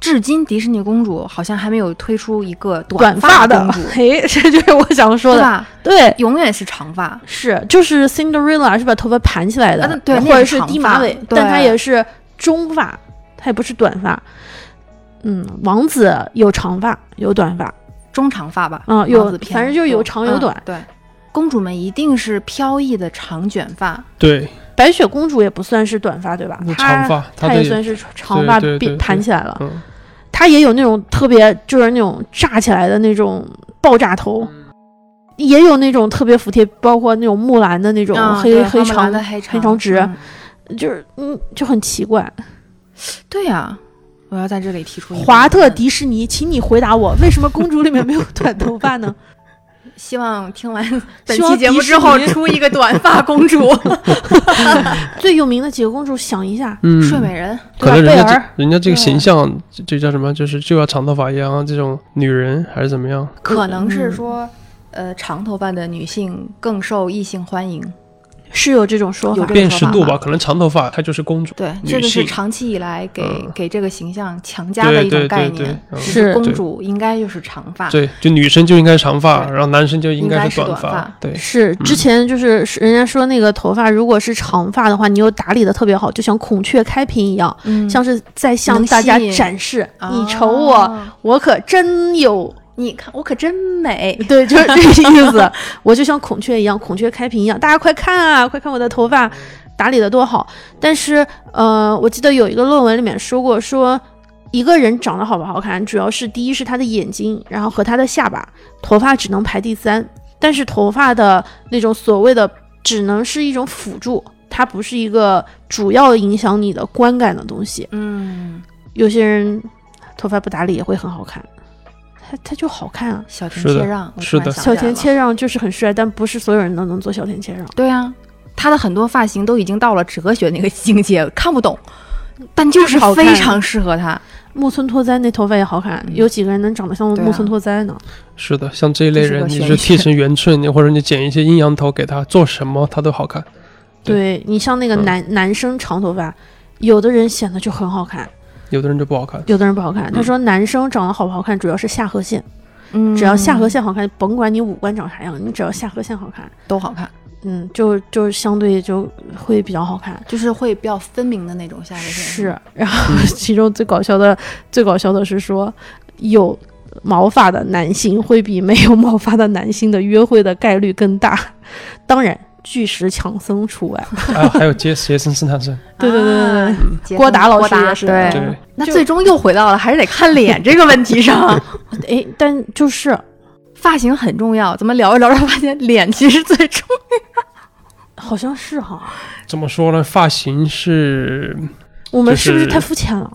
A: 至今迪士尼公主好像还没有推出一个
B: 短
A: 发
B: 的 [LAUGHS]
A: 公主，，
B: 嘿，这就是我想说
A: 对
B: 的。
A: 吧？
B: 对，
A: 永远是长发。
B: 是就是 Cinderella 是把头发盘起来的，
A: 啊那对
B: 或
A: 那
B: 者
A: 是
B: 是
A: 长
B: 低
A: 发
B: 马尾，
A: 对啊
B: 但它也是中发，它也不是短发。嗯，王子有长发，有短发，
A: 中长发吧，
B: 嗯有
A: 王子片
B: 反正就是有长有短
A: 嗯对，公主们一定是飘逸的长卷发，
C: 对，
B: 白雪公主也不算是短发，对吧？
C: 那
B: 她
C: 长发，
B: 她
C: 他的
B: 也算是长发
C: 对对
B: 并
C: 对
B: 盘起来了。
C: 嗯，
B: 她也有那种特别就是那种炸起来的那种爆炸头，
A: 嗯
B: 也有那种特别服帖，包括那种木兰的那种
A: 嗯
B: 黑、
A: 对
B: 黑
A: 花木兰
B: 长
A: 的，黑
B: 黑长直
A: 嗯
B: 就是嗯就很奇怪。
A: 对呀，我要在这里提出一个
B: 华特
A: 疑问
B: 迪士尼，请你回答我，为什么公主里面没有短头发
A: [LAUGHS]
B: 呢？
A: 希望听
C: [LAUGHS]
A: 完本
B: 希望
A: 期节目
B: 迪士
A: 之后
B: 尼
A: 出一个短发公主，
B: 最有名的几个公主，想一下，
C: 嗯
A: 睡美人。
B: 对
C: 可
B: 吧？
C: 能人
B: 贝
C: 家
B: 儿
C: 这，人家这个
B: 对
C: 形象，这这叫什么？就是就要长头发一样，啊这种女人还是怎么样？
A: 可能是
B: 嗯
A: 说，呃，长头发的女性更受异性欢迎。
B: 是有这种说
A: 有
B: 法
A: 这。
C: 辨识度
A: 说法
C: 吧，可能长头发她就是公主。
A: 对，
C: 女
A: 这个是
C: 性
A: 长期以来给、
C: 嗯
A: 给这个形象强加的
C: 对
A: 一种
C: 对
A: 概
C: 对
A: 念，
C: 对，嗯
A: 就是公
C: 对
A: 主应该就是长发。
C: 对，就女生就应该是长发，
A: 啊对
C: 然后男生就应
A: 应该
C: 该
A: 是
C: 短
A: 短
C: 发
A: 发。
C: 对，
B: 是之前就是是人家说那个头发如果是长发的话，你又打理的特别好，就像孔雀开屏一样，
A: 嗯
B: 像是在向
A: 能
B: 大家
A: 吸引
B: 展示，你
A: 啊
B: 瞅我，我可真有，
A: 你看我可真美。
B: [LAUGHS] 对，就是这个意思。我就像孔雀一样，孔雀开屏一样，大家快看啊，快看我的头发打理的多好。但是，呃，我记得有一个论文里面说过，说一个人长得好不好看，主要是第一是他的眼睛，然后和他的下巴，头发只能排第三。但是头发的那种所谓的只能是一种辅助，它不是一个主要影响你的观感的东西。
A: 嗯，
B: 有些人头发不打理也会很好看，他他就好看啊。
A: 小田
C: 是的
A: 切让，我
C: 是
A: 突然
C: 的
A: 想
B: 小
A: 起来
B: 田
A: 了
B: 切让就是很帅，但不是所有人都能做小田切让。
A: 对啊，他的很多发型都已经到了哲学那个境界，看不懂，但就是
B: 好看
A: 非常适合他。
B: 木村拓哉那头发也好看，
A: 嗯
B: 有几个人能长得像
A: 对啊
B: 木村拓哉呢？
C: 是的，像这一类
A: 这是个
C: 人，你
A: 玄学
C: 是剃成圆寸，你或者你剪一些阴阳头给他，做什么他都好看。对
B: 对你像那个
C: 嗯
B: 男、男生长头发，有的人显得就很好看，
C: 有的人就不
B: [LAUGHS]
C: 好看。
B: 有的人不好
C: 嗯
B: 看。他说男生长得好不好看，主要是下颌线，
A: 嗯
B: 只要下颌线好看，甭管你五官长啥样，你只要下颌线好看，
A: 都好看，
B: 嗯，就就相对就会比较好看。
A: 就是会比较分明的那种下颌嗯线。
B: 是，然后
C: 嗯
B: 其中最搞笑的，最搞笑的是说，有毛发的男性会比没有毛发的男性的约会的概率更大，当然巨石强森除外。
C: 还有啊还有杰杰森斯坦森，
B: 对对对对对
A: 啊杰森
B: 郭达老师
A: 郭达
B: 也是
A: 对。
C: 对，
A: 那
B: 就
A: 最终又回到了还是得看脸这个问题 [LAUGHS] 上，
B: 哎，但就是
A: 发型很重要。怎么聊着聊着发现脸其实最重要？
B: 好像是哈，
C: 怎么说呢？发型是
B: 我们
C: 就是
B: 不是
C: 是
B: 太肤浅了？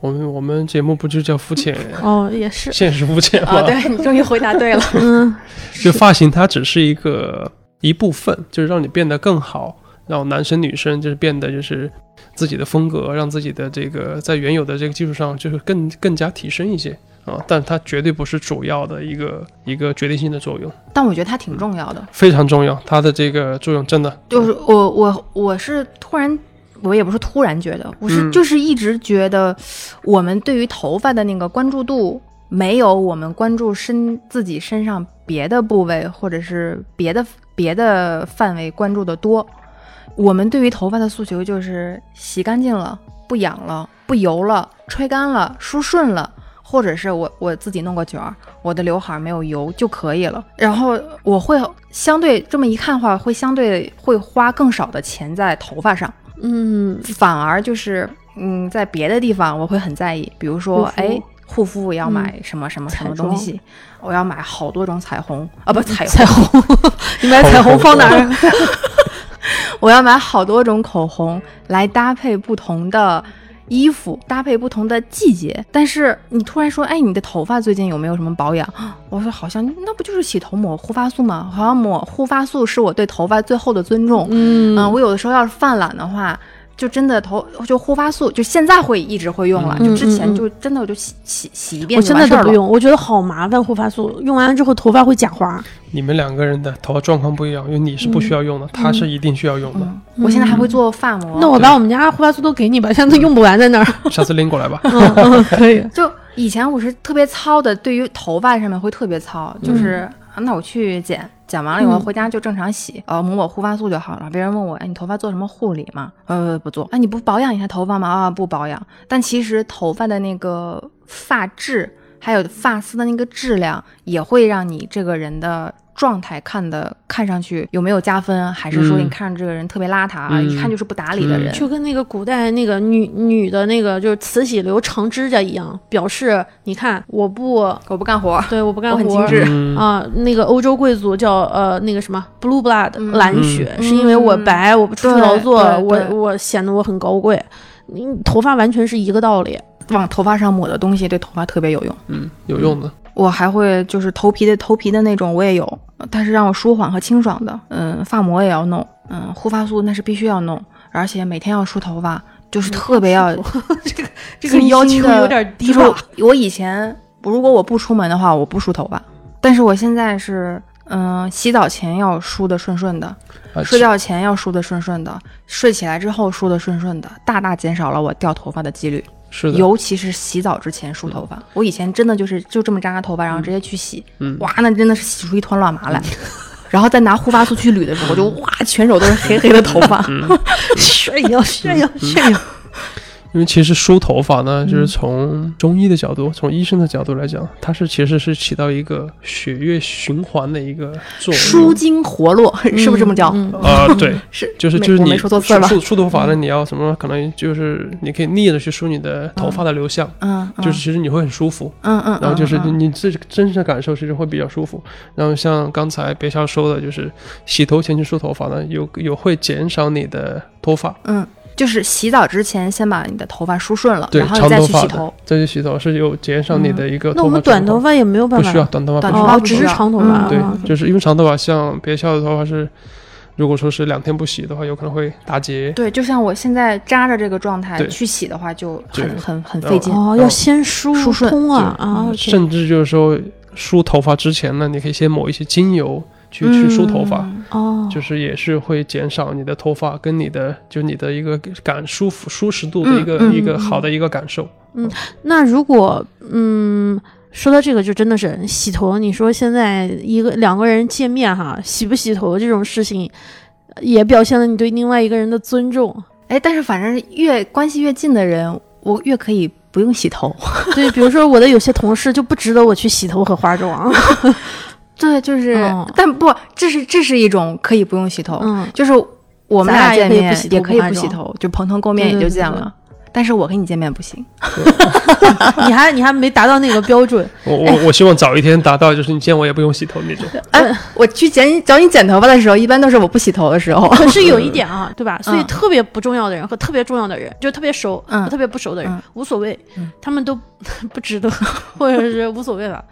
C: 我们我们节目不就叫
A: [LAUGHS]
C: 肤浅，，
B: 哦，也是
C: [LAUGHS] 现实肤浅
A: 啊，
C: 吗？
A: 对你终于回答对了。
B: 嗯，
C: 就发型它只是一个一部分，就是让你变得更好，让男生女生就是变得就是自己的风格，让自己的这个在原有的这个基础上就是更更加提升一些啊，但它绝对不是主要的一个一个决定性的作用，
A: 但我觉得它挺重要的，
C: 非常重要，它的这个作用真的
A: 就是我我我是突然，我也不是突然觉得，我是、
C: 嗯
A: 就是一直觉得，我们对于头发的那个关注度，没有我们关注身自己身上别的部位或者是别的别的范围关注的多。我们对于头发的诉求就是洗干净了，不痒了，不油了，吹干了，梳顺了。或者是我我自己弄个卷儿，我的刘海儿没有油就可以了。然后我会相对这么一看的话，会相对会花更少的钱在头发上，
B: 嗯，
A: 反而就是嗯，在别的地方我会很在意，比如说
B: 护肤
A: 哎。护肤我要买什么什么什么东西，我要买好多种彩虹啊，不彩
B: 彩
A: 虹，
B: 虹，
A: [LAUGHS]
B: 你买彩虹放哪儿？
A: 我要买好多种口红来搭配不同的衣服，搭配不同的季节。但是你突然说，哎，你的头发最近有没有什么保养？我说好像那不就是洗头抹护发素吗？好像抹护发素是我对头发最后的尊重。
B: 嗯
A: 嗯，我有的时候要是犯懒的话，就真的头就护发素，就现在会一直会用了，
C: 嗯
A: 就之
B: 嗯
A: 前
B: 嗯
A: 就真的我就洗洗洗一遍
B: 我
A: 就
B: 真
A: 完
B: 的
A: 事
B: 都
A: 儿
B: 不
A: 了。
B: 用，我觉得好麻烦，护发素用完了之后头发会假滑。
C: 你们两个人的头发状况不一样，因为你是不需要用的，他是一定需要用的。
A: 嗯，我现在还会做发膜。
B: 那我把我们家护发素都给你吧，现在用不完在那儿。
C: 下次拎
A: [LAUGHS]
C: 过来吧。
B: 嗯嗯，可以。
A: 就以前我是特别糙的，对于头发上面会特别糙，就是、
C: 嗯
A: 啊那我去剪，剪完了以后
B: 嗯
A: 回家就正常洗，呃，抹抹护发素就好了。别人问我，哎，你头发做什么护理吗？呃，不做。哎，你不保养一下头发吗？啊，不保养。但其实头发的那个发质，还有发丝的那个质量，也会让你这个人的。状态看的看上去有没有加分，还是说
C: 嗯
A: 你看上这个人特别邋遢啊？
C: 嗯
A: 一看就是不打理的
C: 嗯
A: 人，
B: 就跟那个古代那个女女的那个就是慈禧留长指甲一样，表示你看我不
A: 我不干活。 [LAUGHS]
B: 对我不干
A: 我
B: 活，
A: 很精致
C: 嗯，
B: 啊、那个欧洲贵族叫呃那个什么 blue blood、
A: 嗯
B: 蓝血，
A: 嗯
B: 是因为我白，我不出去
A: 对
B: 劳作，
A: 对
B: 我
A: 对
B: 我显得我很高贵。你头发完全是一个道理，
A: 往头发上抹的东西对头发特别有用。
C: 嗯，有用的。
A: 我还会就是头皮的头皮的那种我也有，但是让我舒缓和清爽的，嗯，发膜也要弄，嗯，护发素那是必须要弄，而且每天要梳头发，就是特别
C: 嗯
A: 要
B: [LAUGHS] 这个要求有点低
A: 就是
C: [LAUGHS]
B: 吧？
A: 我以前如果我不出门的话，我不梳头发，但是我现在是。嗯，洗澡前要梳的顺顺的，
C: 啊
A: 睡觉前要梳的顺顺的，睡起来之后梳的顺顺的，大大减少了我掉头发的几率。
C: 是的，
A: 尤其是洗澡之前梳头发，我以前真的就是就这么扎个头发，然后直接去洗，
C: 嗯
A: 哇，那真的是洗出一团乱麻来。然后再拿护发素去捋的时候，就哇，全手都是黑黑的头发。
C: 嗯
A: [LAUGHS] 啊
B: 炫耀炫耀炫耀！
C: 因为其实梳头发呢，
A: 嗯
C: 就是从中医的角度，从医生的角度来讲，它是其实是起到一个血液循环的一个作
A: 舒
C: 用。
A: 筋活络，是不是这么叫？
B: 嗯嗯
C: 啊、
A: [LAUGHS]
C: 对，
A: 是，
C: 就是
A: 没
C: 就是
A: 我
C: 你
A: 没说错字儿吧？
C: 梳梳头发呢，你要什么？可能就是你可以逆着去梳你的头发的流向，
A: 嗯，嗯
C: 就是其实你会很舒服，
A: 嗯嗯，
C: 然后就是
A: 嗯
C: 你
A: 嗯
C: 你自己真实的感受其实会比较舒服。然后像刚才别笑说的，就是洗头前去梳头发呢，有有会减少你的脱发，
A: 嗯，就是洗澡之前先把你的头发梳顺了，
C: 对
A: 然后
C: 长
A: 你再
C: 头
A: 去
C: 发
A: 洗
C: 的
A: 头。
C: 再去洗头是有减少你的一个
B: 那
C: 脱
B: 我
C: 发
B: 们
C: 状
B: 短
C: 况。
B: 头发也没有办
C: 不
B: 法，
C: 需要短头发，
A: 短
C: 不需
A: 头
C: 要
A: 发
B: 哦，
A: 不
B: 只
A: 需
B: 是
A: 要
B: 长头
A: 嗯
B: 发，
C: 对
B: 嗯
C: 就是因为长头发，像别笑的头发是，如果说是两天不洗的话，有可能会打结。
A: 对，就像我现在扎着这个状态
C: 对
A: 去洗的话，就
C: 对
A: 很很很
C: 然
A: 费
C: 后
A: 劲。
B: 哦，要先疏
A: 疏顺嗯
B: 通啊啊！OK
C: 甚至就是说梳头发之前呢，你可以先抹一些精油去去梳头发。
A: 嗯
B: 哦，
C: 就是也是会减少你的头发跟你的就你的一个感舒服舒适度的一个、
A: 嗯嗯
C: 一个好的一个感受。
B: 那如果嗯，说到这个，就真的是洗头。你说现在一个两个人见面哈，洗不洗头这种事情，也表现了你对另外一个人的
A: [LAUGHS]
B: 尊重，
A: 哎，但是反正越关系越近的人，我越可以不用洗头。
B: 对，比如说我的有些同事就不值得我去洗头和化妆。啊
A: [LAUGHS] 对，就是，
B: 哦
A: 但不，这是这是一种可以不用洗头，
B: 嗯，
A: 就是我们
B: 咱俩
A: 俩
B: 也
A: 见
B: 可以
A: 面也可
B: 不洗头不
A: 以
B: 化
A: 不洗
B: 妆
A: 头，就蓬头垢面
B: 对
A: 也就
B: 对对
A: 这样
B: 对
A: 了。但是我跟你见面不行，
B: 你还你还没达到那个标准，
C: 我我我希望早一天达到，就是你见我也不用洗头那种。 [LAUGHS]
A: 我去剪找你剪头发的时候，一般都是我不洗头的时候。
B: 可是有一点啊，对吧？所以
A: [LAUGHS] 嗯
B: 特别不重要的人和特别重要的人，就特别熟
A: 嗯
B: 和特别不熟的人
A: 嗯
B: 无所谓
A: 嗯，
B: 他们都不 [LAUGHS] 值得，或者是无所谓了。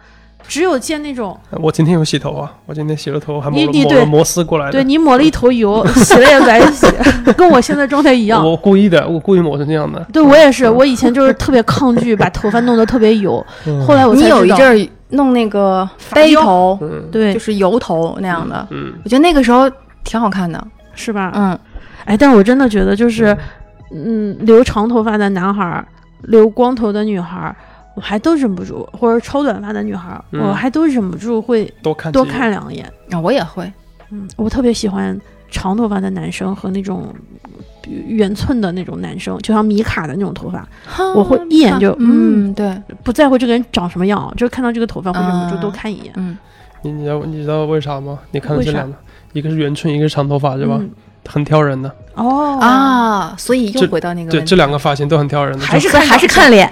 B: 只有见那种
C: 我今天有洗头啊，我今天洗了头，还抹
B: 你
C: 了
B: 你
C: 抹
B: 对
C: 了摩丝过来
B: 对
C: 的。
B: 你抹了一头油，洗了也白洗， [LAUGHS] 跟我现在状态一样。
C: 我故意的，我故意抹成这样的。
B: 对我也是，我以前就是特别抗拒把头发弄得特别油，
C: 嗯
B: 后来 [LAUGHS] 我才
A: 你有
B: 知
A: 一
B: 道
A: 阵儿弄那个
B: 发
A: 背
B: 胶
A: 头，
C: 嗯
B: 对
A: 就是油头那样的，
C: 嗯，
A: 我觉得那个时候挺好看的。
B: 是吧？
A: 嗯，
B: 哎，但我真的觉得就是，嗯，留长头发的男孩儿，留光头的女孩儿，我还都忍不住，或者超短发的女孩儿，
C: 嗯
B: 我还都忍不住会
C: 多看
B: 多
C: 几眼
B: 看两眼。
A: 啊，我也会。
B: 嗯，我特别喜欢长头发的男生和那种圆寸的那种男生，就像米卡的那种头发，我会一眼就嗯
A: 嗯，对，
B: 不在乎这个人长什么样，就是看到这个头发会忍不住多看一眼，
A: 嗯，
C: 你你知道你知道为啥吗？你看到
B: 为
C: 这
B: 啥
C: 两个，一个是圆寸，一个是长头发，是吧？
B: 嗯
C: 很挑人的。
B: 哦，
A: 啊，所以又回到那个
C: 对，
A: 问
C: 这
A: 题，
C: 两个发型都很挑人的。
B: 还是
A: 所以还是看脸。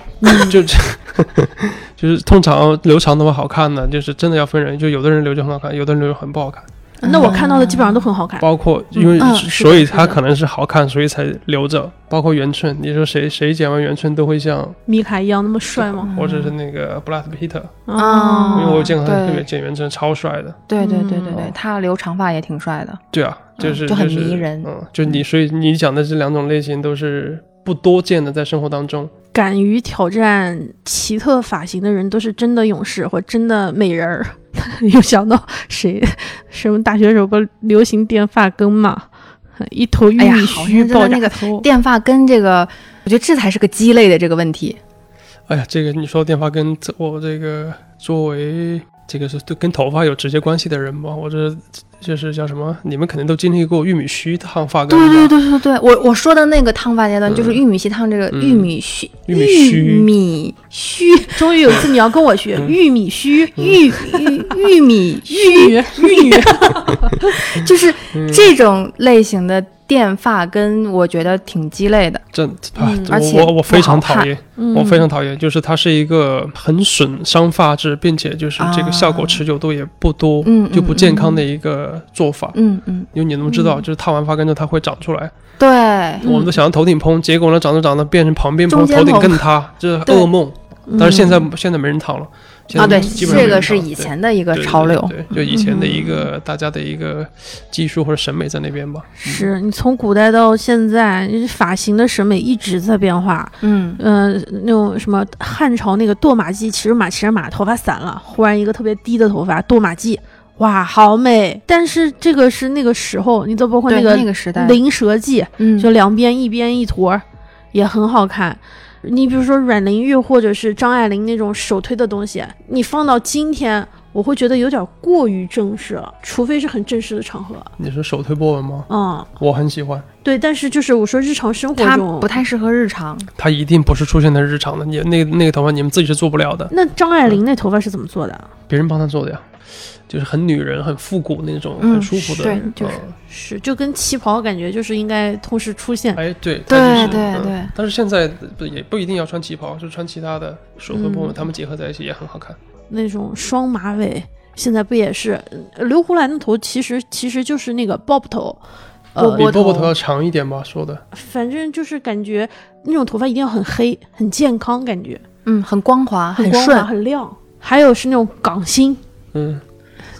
C: 就就 [LAUGHS] 就是通常留长头发好看的，就是真的要分人，就有的人留就很好看，有的人留就很不好看。
B: 那我看到的基本上都很好看。
C: 包括因为、
A: 嗯是的
C: 所以
A: 是
C: 他
A: 的
C: 可能是好看，所以才留着。包括圆寸，你说谁谁剪完圆寸都会像，
B: 米卡一样那么帅吗？
C: 或者是那个 Brad Pitt，、
A: 啊
C: 因
B: 嗯
C: 为我有
A: 见
C: 见过他
A: 对
C: 剪剪圆寸超帅的。
A: 对对对对对
C: 嗯，
A: 他留长发也挺帅的。
C: 对啊，就
A: 嗯
C: 是、
A: 就很
C: 是
A: 迷人
C: 嗯，就你所以你讲的这两种类型都是不多见的，在生活当中。
B: 敢于挑战奇特发型的人都是真的勇士或真的美人儿。 [LAUGHS] 又想到谁？什么大学时候不流行电发根嘛？一头玉
A: 哎呀
B: 米
A: 好
B: 须
A: 像真的
B: 爆
A: 那
B: 炸
A: 个
B: 头，
A: 电发根这个，我觉得这才是个鸡肋的这个问题。
C: 哎呀，这个你说电发根，这我这个作为这个是对跟头发有直接关系的人吧，我这就是叫什么？你们肯定都经历过玉米须烫发根
A: 对
C: 吧，
A: 对对对对，我我说的那个烫发阶段，
C: 嗯
A: 就是玉米须烫这个
C: 嗯
A: 玉米须，
C: 玉米须
A: 玉米 [LAUGHS] 须，
B: 终于有一次你要跟我学
C: 嗯
B: 玉米须、
A: 玉玉玉米
B: 玉女、玉女，
A: 就是
C: 嗯
A: 这种类型的电发根，我觉得挺鸡肋的。
C: 真啊
B: 嗯，
C: 我
A: 而且
C: 我我非常
A: 不好
C: 讨
A: 看
C: 厌，
B: 嗯
C: 我非常讨厌，就是它是一个很损伤发质，并且就是这个效果
A: 啊
C: 持久度也不多，
A: 嗯
C: 就不健康的
A: 嗯
C: 一个做法。
A: 嗯嗯，
C: 因为你能知道，
B: 嗯
C: 就是烫完发根之后它会长出来。
A: 对，
B: 嗯
C: 我们都想要头顶蓬，结果呢，长着长着变成旁边蓬，
A: 中间
C: 头顶
A: 蓬
C: 更塌，这是
A: [LAUGHS] 对
C: 噩梦。
B: 嗯
C: 但是现在、现在没人烫了，现在
A: 啊，对，
C: 基
A: 这
C: 本上没人
A: 个
C: 烫
A: 是
C: 了
A: 以
C: 对
A: 前的一个
C: 对对
A: 潮
C: 对
A: 流。嗯
C: 对就以前的一个大家的一个技术或者审美在那边吧。
B: 是你从古代到现在，发型的审美一直在变化。
A: 嗯，
B: 嗯、那种什么汉朝那个堕马髻，骑着马，骑着马，头发散了，忽然一个特别低的头发，堕马髻，哇，好美。但是这个是那个时候，你都包括
A: 嗯对
B: 个
A: 那个时代，
B: 灵蛇髻，
A: 嗯，
B: 就两边一边一坨儿，也很好看。你比如说阮玲玉或者是张爱玲那种手推的东西，你放到今天，我会觉得有点过于正式了，除非是很正式的场合。
C: 你是手推波纹吗？
B: 嗯，
C: 我很喜欢，
B: 对，但是就是我说日常生活
A: 它
B: 中
A: 不太适合日常。
C: 它一定不是出现在日常的，你那个那个头发你们自己是做不了的，
B: 那张爱玲那头发是怎么做的？
C: 别人帮她做的呀，就是很女人、很复古那种，
A: 嗯
C: 很舒服的。
A: 对
C: 嗯
A: 就是
B: 是，就跟旗袍感觉就是应该同时出现。
C: 哎，对，它
A: 对
C: 就是
A: 对
C: 嗯
A: 对
C: 但是现在不也不一定要穿旗袍，就穿其他的手推波纹，
B: 嗯
C: 它们结合在一起也很好看。
B: 那种双马尾，现在不也是呃刘胡兰的头？其实其实就是那个 bob 头，呃，
A: 波
C: 哦比
A: 波
C: 波波
A: 头
C: 头要长一点吧，说的。
B: 反正就是感觉那种头发一定要很黑，很健康，感觉
A: 嗯，很光滑，
B: 很光滑
A: 顺。
B: 很亮。还有是那种港星，
C: 嗯，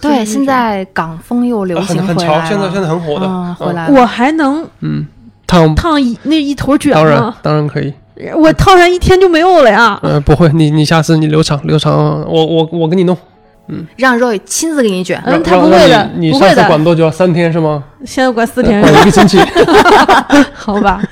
B: 就是
A: 对，
B: 那
A: 现
B: 种
A: 在港风又流
C: 啊
A: 行
C: 很
A: 回
C: 很
A: 来
C: 潮
A: 了，，
C: 现在现在很火的，
A: 嗯，回来了。
B: 我还能
C: 嗯，烫
B: 烫一那一坨卷
C: 当然
B: 吗？
C: 当然可以，
B: 我烫上一天就没有了呀。
C: 呃，不会，你你下次你留长留长，我我我给你弄，
A: 让 Roy 亲自给你卷， [LAUGHS]
B: 嗯
C: 让
B: 他不
C: 让
B: 会的
C: 让你你
B: 不会
C: 上次
B: 的
C: 管多久？三天是吗？
B: 现在管四天
C: 管， [LAUGHS] 一个星期，
B: 好吧？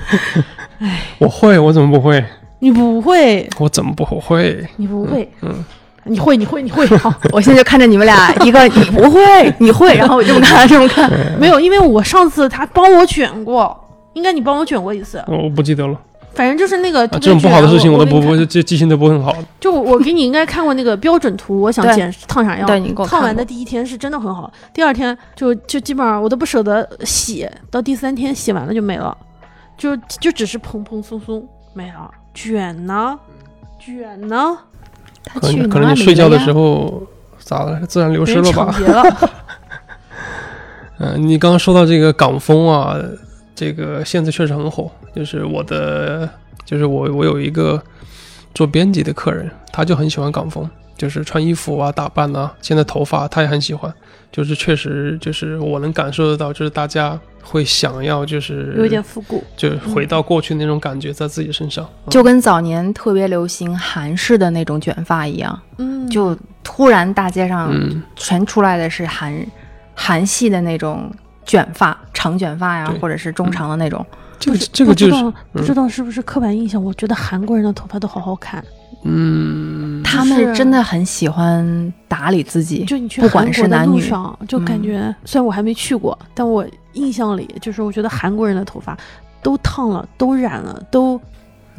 C: 我会，我怎么不会？
B: 你不会，
C: 我怎么不会？
B: 你不会，
C: 嗯，
B: 你会，你会，你会。好，
A: 我现在就看着你们俩，一个 [LAUGHS] 你不会，你会，然后我就这么看，这么看。
B: 没有，因为我上次他帮我卷过，应该你帮我卷过一次，
C: 啊我不记得了。
B: 反正就是那个
C: 啊
B: 特别
C: 这种不好的
B: 卷
C: 事情
B: 我
C: 我都
B: 给你
C: 不
B: 看
C: 不记记性都不会很好。
B: 就我给你应该看过那个标准图，我想
A: 对
B: 剪烫啥样。
A: 对，你给我
B: 烫完
A: 看
B: 的
A: 过。
B: 第一天是真的很好，第二天就就基本上我都不舍得洗，到第三天洗完了就没了，就就只是蓬蓬松松没了。卷呢，卷呢，
A: 他
C: 可
A: 去
C: 能可能
A: 哪
C: 你
A: 里
C: 睡
A: 了
C: 觉的
A: 呀
C: 时候咋了？自然流
B: 被
C: 失
B: 人
C: 了
B: 抢
C: 吧？
B: 劫
C: [LAUGHS]
B: 了。
C: 嗯、你刚刚说到这个港风啊，这个现在确实很火。就是我的，就是我我有一个做编辑的客人，他就很喜欢港风，就是穿衣服啊、打扮啊，现在头发他也很喜欢。就是确实，就是我能感受得到，就是大家会想要，就是
B: 有一点复古，
C: 就回到过去那种感觉，在自己身上。
A: 就跟早年特别流行韩式的那种卷发一样，
B: 嗯，
A: 就突然大街上
C: 嗯，
A: 全出来的是韩、韩系的那种卷发，长卷发呀
C: 对，
A: 或者是中长的那种。
C: 嗯这个
B: 不知
C: 这个就
B: 不知
C: 是
B: 道不知道是不是刻板印象，我觉得韩国人的头发都好好看，
C: 嗯，
A: 他
B: 是
A: 们真的很喜欢打理自己，
B: 就你去
A: 不
B: 韩
A: 管是
B: 国的
A: 男
B: 路
A: 女
B: 上，就感
A: 嗯
B: 觉、虽然我还没去过，但我印象里就是我觉得韩国人的头发都烫了，都染了，都，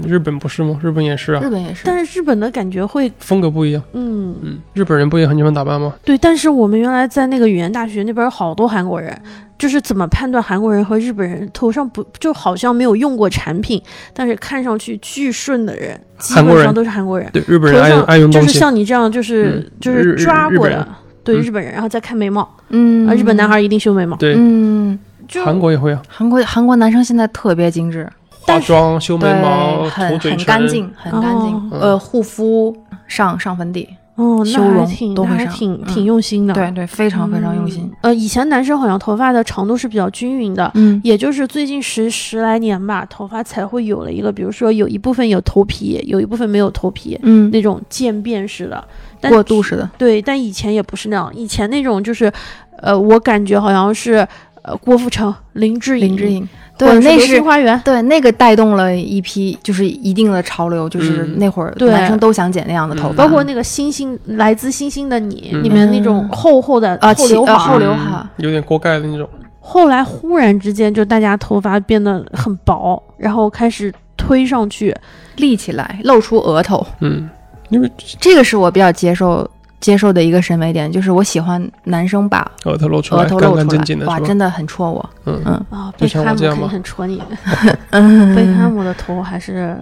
C: 日本不是吗？日本也是啊
B: 嗯
A: 日，本也是。
B: 但是日本的感觉会，
C: 风格不一样。
B: 嗯，
C: 嗯，日本人不也很喜欢打扮吗？
B: 对。但是我们原来在那个语言大学那边有好多韩国人，
A: 嗯
B: 就是怎么判断韩国人和日本人头上不就好像没有用过产品，但是看上去巨顺的人，基
C: 韩国
B: 本上
C: 人
B: 都是韩国人。
C: 对，日本
B: 头
C: 人爱用
B: 上
C: 爱用
B: 就
C: 东
B: 是
C: 西。
B: 像你这样，就是、
C: 嗯
B: 就
C: 日
B: 是
C: 日
B: 抓
C: 日
B: 过
C: 本
B: 的
C: 人，
B: 对
C: 嗯
B: 日本人，然后再看眉毛，
A: 嗯
B: 啊，日本男孩，一定修眉毛，
C: 对，
A: 嗯，
B: 就
C: 韩国也会啊，
A: 韩国韩国男生现在特别精致，
C: 化
B: 但是
C: 妆、修眉
A: 对，
C: 毛、涂
A: 很
C: 嘴唇，
A: 很干净，很干净。
C: 哦
A: 呃，护肤上上粉底，
B: 哦，
A: 修
B: 那还
A: 容
B: 挺，
A: 都
B: 那
A: 会
B: 还
A: 上
B: 挺
A: 嗯
B: 挺用心的，
A: 对，对，非常非常用心
B: 嗯。。呃，以前男生好像头发的长度是比较均匀的，
A: 嗯，
B: 也就是最近十十来年吧，头发才会有了一个，比如说有一部分有头皮，有一部分没有头皮
A: 嗯，
B: 那种渐变式的，但
A: 过渡式的，
B: 对，但以前也不是那样，以前那种就是，呃，我感觉好像是。呃，郭富城、林志颖，
A: 林志颖，
B: 或者
A: 对，那
B: 流星
A: 是
B: 花园，
A: 对那个带动了一批，就是一定的潮流，就是
C: 嗯
A: 那会儿
B: 对
A: 男生都想剪那样的头
C: 嗯
A: 发，
B: 包括那个《星星来自星星的你》里面那种
A: 嗯
B: 厚厚的
A: 啊
B: 后
A: 起
B: 刘海
A: 啊
B: 儿，
A: 后刘海
C: 嗯有点锅盖的那种。
B: 后来忽然之间，就大家头发变得很薄，然后开始推上去。
A: 立起来，露出额头，
C: 嗯，因为
A: 这个是我比较接受接受的一个审美点，就是我喜欢男生把
C: 额头露出
A: 额
C: 来，
A: 头
C: 干
A: 露
C: 干
A: 出
C: 净
A: 来
C: 净，的
A: 哇，
C: 是吧？
A: 真的很戳我，
C: 嗯，
A: 嗯
B: 啊，
C: 就
B: 贝克
C: 像我
B: 汉姆
C: 这样
B: 肯定
C: 吗
B: 很戳你。贝克汉
A: 嗯
B: 姆的头还是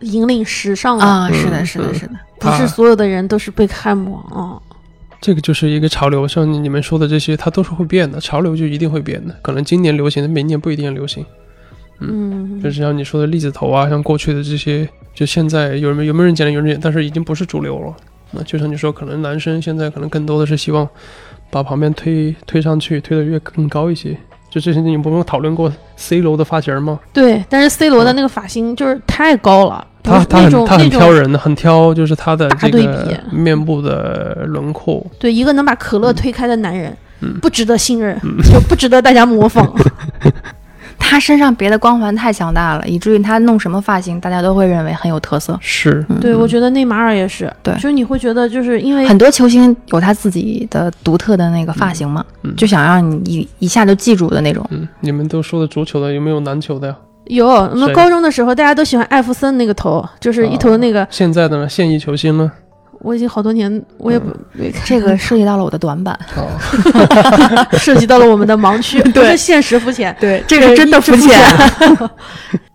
B: 引领时尚的，
A: 啊，是的，是的，
C: 嗯
A: 是的，
B: 不是所有的人都是贝克汉姆啊。
C: 这个就是一个潮流，像你们说的这些，它都是会变的，潮流就一定会变的。可能今年流行的，明年不一定流行。
B: 嗯，
C: 就是像你说的栗子头啊，像过去的这些，就现在有没有有没有人剪的有人剪，但是已经不是主流了。那就像你说，可能男生现在可能更多的是希望把旁边推推上去，推得越更高一些。就之前你不用讨论过 C 罗的发型吗？
B: 对，但是 C 罗的那个发型就是太高了，不
C: 啊他
B: 是那
C: 他很
B: 种
C: 他很
B: 那
C: 挑
B: 种
C: 人的，很挑就是他的
B: 大
C: 这
B: 对比啊
C: 个面部的轮廓。
B: 对一个能把可乐推开的男人
C: 嗯，
B: 不值得信任，就不值得大家模
C: [LAUGHS]
B: 仿。
A: 他身上别的光环太强大了，以至于他弄什么发型，大家都会认为很有特色。
C: 是，
A: 嗯
B: 对，我觉得内马尔也是，
A: 对
B: 就是你会觉得就是因为
A: 很多球星有他自己的独特的那个发型嘛，
C: 嗯嗯
A: 就想让你一一下就记住的那种。
C: 嗯，你们都说的足球的，有没有篮球的呀？
B: 有，我们
C: 谁
B: 高中的时候大家都喜欢艾弗森那个头，就是一
A: 哦
B: 头那个，
C: 现在的呢？现役球
B: [LAUGHS]
C: 星呢？
B: 我已经好多年我也不、没看
A: 这个涉及到了我的短板，
C: 哦，
B: [LAUGHS] 涉及到了我们的
A: [LAUGHS]
B: 盲区，不
A: 对
B: 是现实肤浅。
A: 对，
B: 这
A: 这个真的肤浅。。
B: [LAUGHS]
A: [LAUGHS]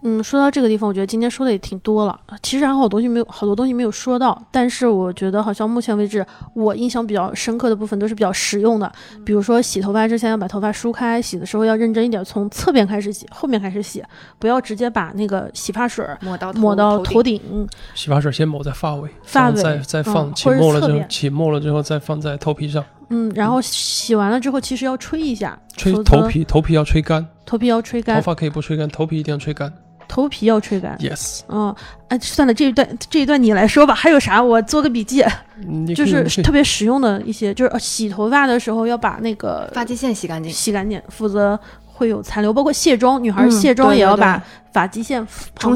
B: 嗯，说到这个地方，我觉得今天说的也挺多了。其实还有好多东西没有，好多东西没有说到。但是我觉得好像目前为止，我印象比较深刻的部分都是比较实用的，
A: 嗯
B: 比如说洗头发之前要把头发梳开，洗的时候要认真一点，从侧边开始洗，后面开始洗，不要直接把那个洗发水儿
A: 抹到
B: 抹到头
A: 头顶，
B: 顶。
C: 洗发水先抹在发尾，
B: 发
C: 然后
B: 尾
C: 再再
B: 嗯
C: 放起
B: 或者
C: 沫了
B: 侧
C: 之后，
B: 面
C: 起沫了之后再放在头皮上。
B: 嗯，然后洗完了之后，其实要吹一下，
C: 吹
B: 否则
C: 头，皮，头皮要吹干，
B: 头皮要吹
C: 头
B: 干，
C: 发可以不吹干，头皮一定要吹干。
B: 头皮要吹干。
C: Yes，
B: 嗯，哎，算了，这一段这一段你来说吧。还有啥？我做个笔记，
C: 你
B: 就
C: 可以
B: 是
C: 你可以
B: 特别实用的一些，就是呃洗头发的时候要把那个
A: 发际线洗干净。
B: 洗干净，否则会有残留。包括卸妆，女孩
A: 嗯
B: 卸妆
A: 对
B: 也要
A: 对对
B: 把发际线旁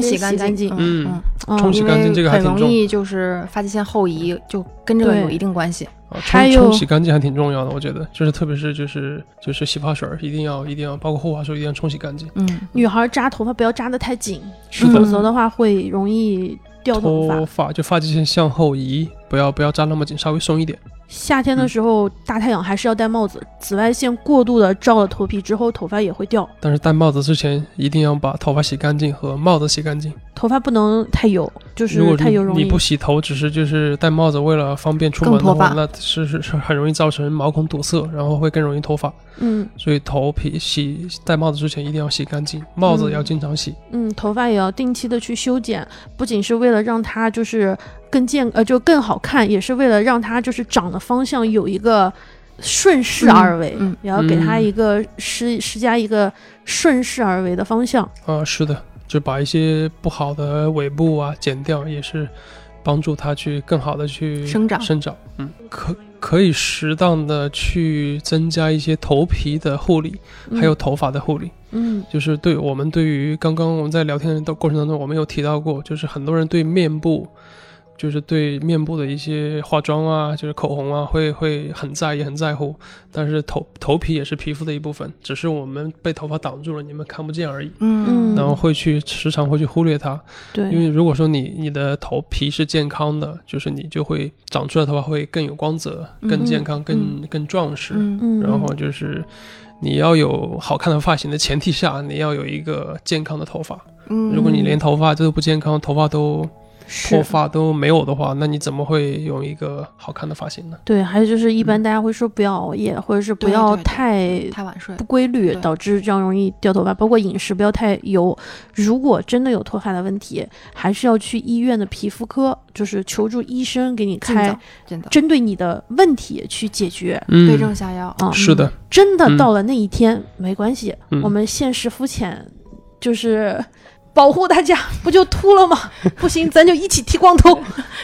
A: 冲
B: 边
A: 洗干
B: 洗干
A: 净，
B: 净。
C: 嗯
A: 嗯，
B: 嗯
C: 冲洗
A: 因
C: 干净
A: 为
C: 这个还
A: 很
C: 挺
A: 容
C: 重
A: 易就是发际线后移，就跟这个
B: 对
A: 有一定关系。
C: 啊，
B: 还
C: 冲
B: 有
C: 冲洗干净还挺重要的，我觉得，就是特别是就是就是洗发水儿一定要一定要，包括护发水一定要冲洗干净。
A: 嗯，
B: 女孩扎头发不要扎得太紧，
C: 是
A: 的
B: 嗯否则的话会容易掉头发
C: 脱。发就发际线向后移，不要不要扎那么紧，稍微松一点。
B: 夏天的
C: 嗯
B: 时候，大太阳还是要戴帽子，紫外线过度的照了头皮之后，头发也会掉，
C: 但是戴帽子之前一定要把头发洗干净和帽子洗干净。
B: 头发不能太油，就
C: 如
B: 是
C: 果
B: 太油容
C: 你
B: 易
C: 不洗头，只是就是戴帽子为了方便出门的
A: 更脱
C: 话
A: 发，
C: 那是是是很容易造成毛孔堵塞，然后会更容易脱发。
B: 嗯
C: 所以头皮洗戴帽子之前一定要洗干净，帽子
B: 嗯
C: 也要经常洗。
B: 嗯，头发也要定期的去修剪，不仅是为了让它就是更健呃就更好看，也是为了让它就是长的方向有一个顺势而为，
A: 嗯嗯
B: 也要给它一个施施加一个顺势而为的方向。
C: 啊、是的，就把一些不好的尾部啊剪掉，也是帮助它去更好的去
A: 生长
C: 生长，嗯，可可以适当的去增加一些头皮的护理，还有头发的护理。
B: 嗯
C: 就是对我们对于刚刚我们在聊天的过程当中，我们有提到过，就是很多人对面部，就是对面部的一些化妆啊，就是口红啊，会会很在意、很在乎。但是头头皮也是皮肤的一部分，只是我们被头发挡住了，你们看不见而已。
A: 嗯
C: 然后会去时常会去忽略它，
B: 对，
C: 因为如果说你你的头皮是健康的，就是你就会长出来的头发会更有光泽、更健康、更更壮实。
A: 嗯
B: 嗯，
C: 然后就是你要有好看的发型的前提下，你要有一个健康的头发。
A: 嗯，
C: 如果你连头发都不健康，头发都脱
B: 是
C: 发都没有的话，那你怎么会有一个好看的发型呢？
B: 对，还有就是
C: 嗯
B: 一般大家会说不要熬夜，或者是不
A: 对
B: 要
A: 对对
B: 太
A: 太晚睡
B: 不，规律，
A: 对
B: 导致这样容易掉头发，包括饮食不要太油。如果真的有脱发的问题，还是要去医院的皮肤科，就是求助医生给你
A: 尽
B: 开
A: 早尽早
B: 针对你的问题去解决。
A: 对症
C: 嗯，
A: 下药。
B: 啊，
C: 是的，
B: 真的
C: 嗯
B: 到了那一天、没关系，
C: 嗯
B: 我们现实肤浅，就是保护大家，不就秃了吗？不行，咱就一起剃光头，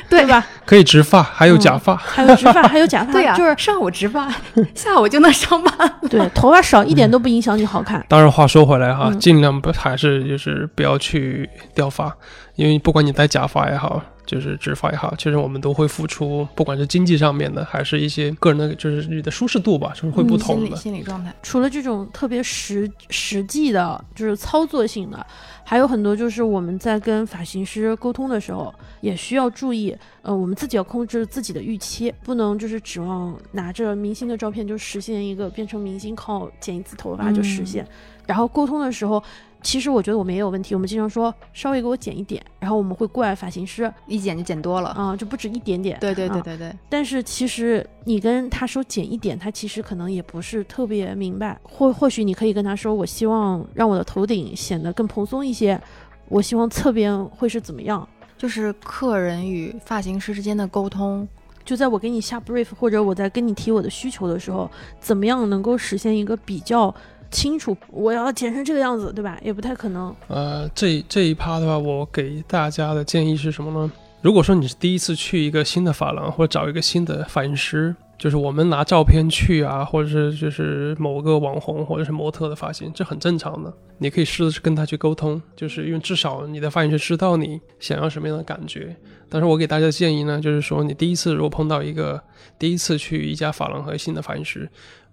B: 对吧？
C: 可以植发，还有假发。
B: 还有植发，还有假发，
A: 对呀、啊 [LAUGHS]
B: 就是
A: 上午植发，下午就能上班。
B: 对头发少一点都不影响你好看。
C: 当然，话说回来哈，
B: 嗯
C: 尽量不还是就是不要去掉发，因为不管你戴假发也好，就是植发也好，其实我们都会付出，不管是经济上面的，还是一些个人的，就是你的舒适度吧，是会不
A: 心
B: 嗯
C: 同
A: 理
C: 的。
A: 心理状态，
B: 除了这种特别实实际的，就是操作性的，还有很多就是我们在跟发型师沟通的时候，也需要注意，呃，我们自己要控制自己的预期，不能就是指望拿着明星的照片就实现一个变成明星，靠剪一次头发就实现。
A: 嗯
B: 然后沟通的时候，其实我觉得我们也有问题，我们经常说稍微给我剪一点，然后我们会怪发型师
A: 一剪就剪多
C: 嗯
A: 了。
B: 啊、就不止一点点。
A: 呃对对
B: 啊
A: 对对对，
B: 但是其实你跟他说减一点，他其实可能也不是特别明白。或或许你可以跟他说，我希望让我的头顶显得更蓬松一些，我希望侧边会是怎么样。
A: 就是客人与发型师之间的沟通，
B: 就在我给你下 brief 或者我在跟你提我的需求的时候，怎么样能够实现一个比较清楚？我要剪成这个样子，对吧？也不太可能。
C: 呃，这这一趴的话，我给大家的建议是什么呢？如果说你是第一次去一个新的发廊，或者找一个新的发型师，就是我们拿照片去啊，或者是就是某个网红或者是模特的发型，这很正常的。你可以试着跟他去沟通，就是因为至少你的发型师知道你想要什么样的感觉。但是我给大家的建议呢，就是说你第一次如果碰到一个第一次去一家发廊和新的发型师，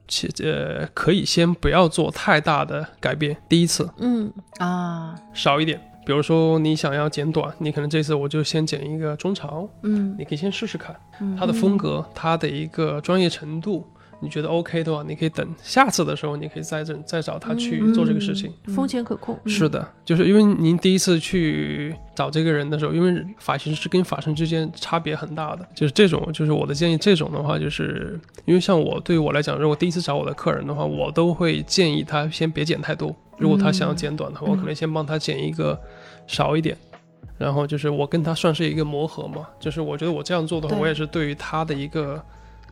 C: 其呃可以先不要做太大的改变，第一次。
B: 嗯
A: 啊，
C: 少一点。比如说你想要剪短，你可能这次我就先剪一个中长，
A: 嗯
C: 你可以先试试看
A: 嗯
C: 它的风格、它的一个专业程度，你觉得 OK 的话，你可以等下次的时候，你可以再整再找他去做这个事情。
A: 嗯
B: 风险可控。
C: 是的，就是因为您第一次去找这个人的时候，因为发型师跟发型之间差别很大的，就是这种，就是我的建议，这种的话，就是因为像我对于我来讲，如果第一次找我的客人的话，我都会建议他先别剪太多。如果他想要剪短的话，我可
B: 嗯
C: 能先帮他剪一个少一点。然后就是我跟他算是一个磨合嘛，就是我觉得我这样做的话，
A: 对
C: 我也是对于他的一个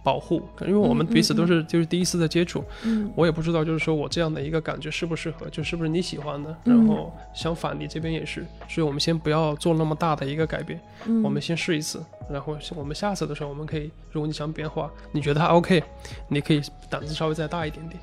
C: 保护，因为我们
B: 嗯嗯
C: 彼此都
B: 嗯
C: 是就是第一次的接触，
B: 嗯
C: 我也不知道就是说我这样的一个感觉适不适合，就是不是你喜欢的。
B: 嗯
C: 然后相反，你这边也是，所以我们先不要做那么大的一个改变，
B: 嗯，
C: 我们先试一次，然后我们下次的时候，我们可以，如果你想变化，你觉得还 OK，你可以胆子稍微再大一点点，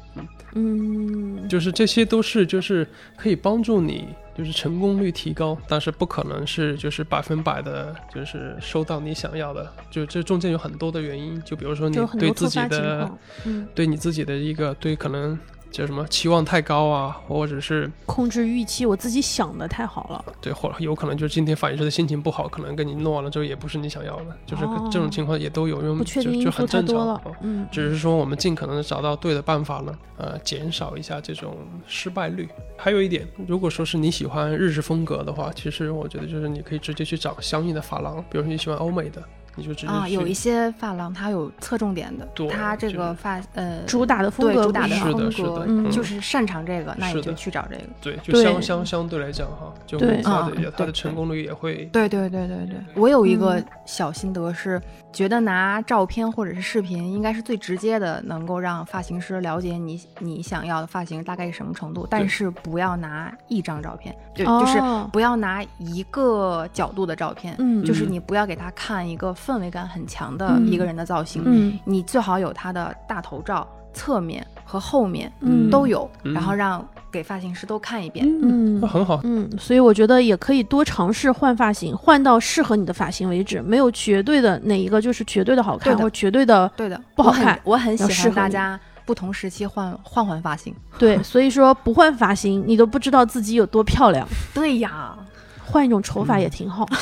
C: 嗯。
B: 嗯
C: 就是这些都是就是可以帮助你就是成功率提高，但是不可能是就是百分百的，就是收到你想要的，就这中间有很多的原因，就比如说你
B: 就很
C: 对
B: 多
C: 自
B: 突
C: 己
B: 发情
C: 的
B: 况，嗯，
C: 对你自己的一个对可能叫什么期望太高啊，或者是
B: 控制预期，我自己想的太好了，
C: 对或有可能就是今天反映出的心情不好，可能跟你弄完了之后也不是你想要的，就是
B: 哦
C: 这种情况也都有，因
B: 不
C: 为
B: 确
C: 就
B: 定因
C: 就
B: 素
C: 很
B: 太
C: 正
B: 多
C: 常
B: 了
C: 嗯，
B: 嗯，
C: 只是说我们尽可能地找到对的办法呢，呃，减少一下这种失败率。还有一点，如果说是你喜欢日式风格的话，其实我觉得就是你可以直接去找相应的发廊，比如说你喜欢欧美的，你就直接去。
A: 啊，有一些发廊它有侧重点的
C: 对，
A: 它这
C: 就是
A: 个发呃
B: 主打的风
A: 对
B: 格
A: 主打
B: 不
A: 的
B: 一样
C: 是的
A: 风
C: 是的
A: 格
B: 嗯
A: 就是擅长这个，那
C: 是
A: 你就
C: 的
A: 去找这个。
C: 对，就
B: 对
C: 相相相对来讲哈，就
B: 对
C: 它的
A: 嗯
C: 也它的
A: 对
C: 成功率也会。
A: 对对对对对，我有一个
B: 嗯
A: 小心得是，觉得拿照片或者是视频应该是最直接的，能够让发型师了解你你想要的发型大概是什么程度，但是不要拿一张照片，就就是
B: 哦
A: 不要拿一个角度的照片，
B: 嗯
A: 就是你不要给他看一个氛围感很强的
B: 嗯
A: 一个人的造型，
B: 嗯
A: 你最好有他的大头照、侧面和后面
B: 嗯
A: 都有，
C: 嗯
A: 然后让给发型师都看一遍。
B: 嗯
C: 那很好，
B: 嗯，所以我觉得也可以多尝试换发型，换到适合你的发型为止，没有绝对的哪一个就是绝对的好看
A: 对的
B: 或绝对的
A: 对的，
B: 不好
A: 我很
B: 看
A: 我很
B: 要
A: 喜
B: 适
A: 欢
B: 合
A: 大
B: 你
A: 家不同时期换换换发型。
B: 对，所以说不换发型你都不知道自己有多漂亮，
A: 对呀，
B: 换一种丑法
A: 嗯
B: 也
A: [LAUGHS]
B: 挺好。 [LAUGHS]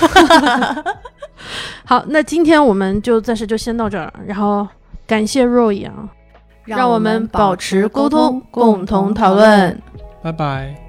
B: 好，那今天我们就暂时就先到这儿，然后感谢啊若阳，让
A: 我
B: 我们
A: 保
B: 保持
A: 沟
B: 沟通，共
A: 共
B: 同
A: 同讨
B: 讨论。。
C: 拜拜。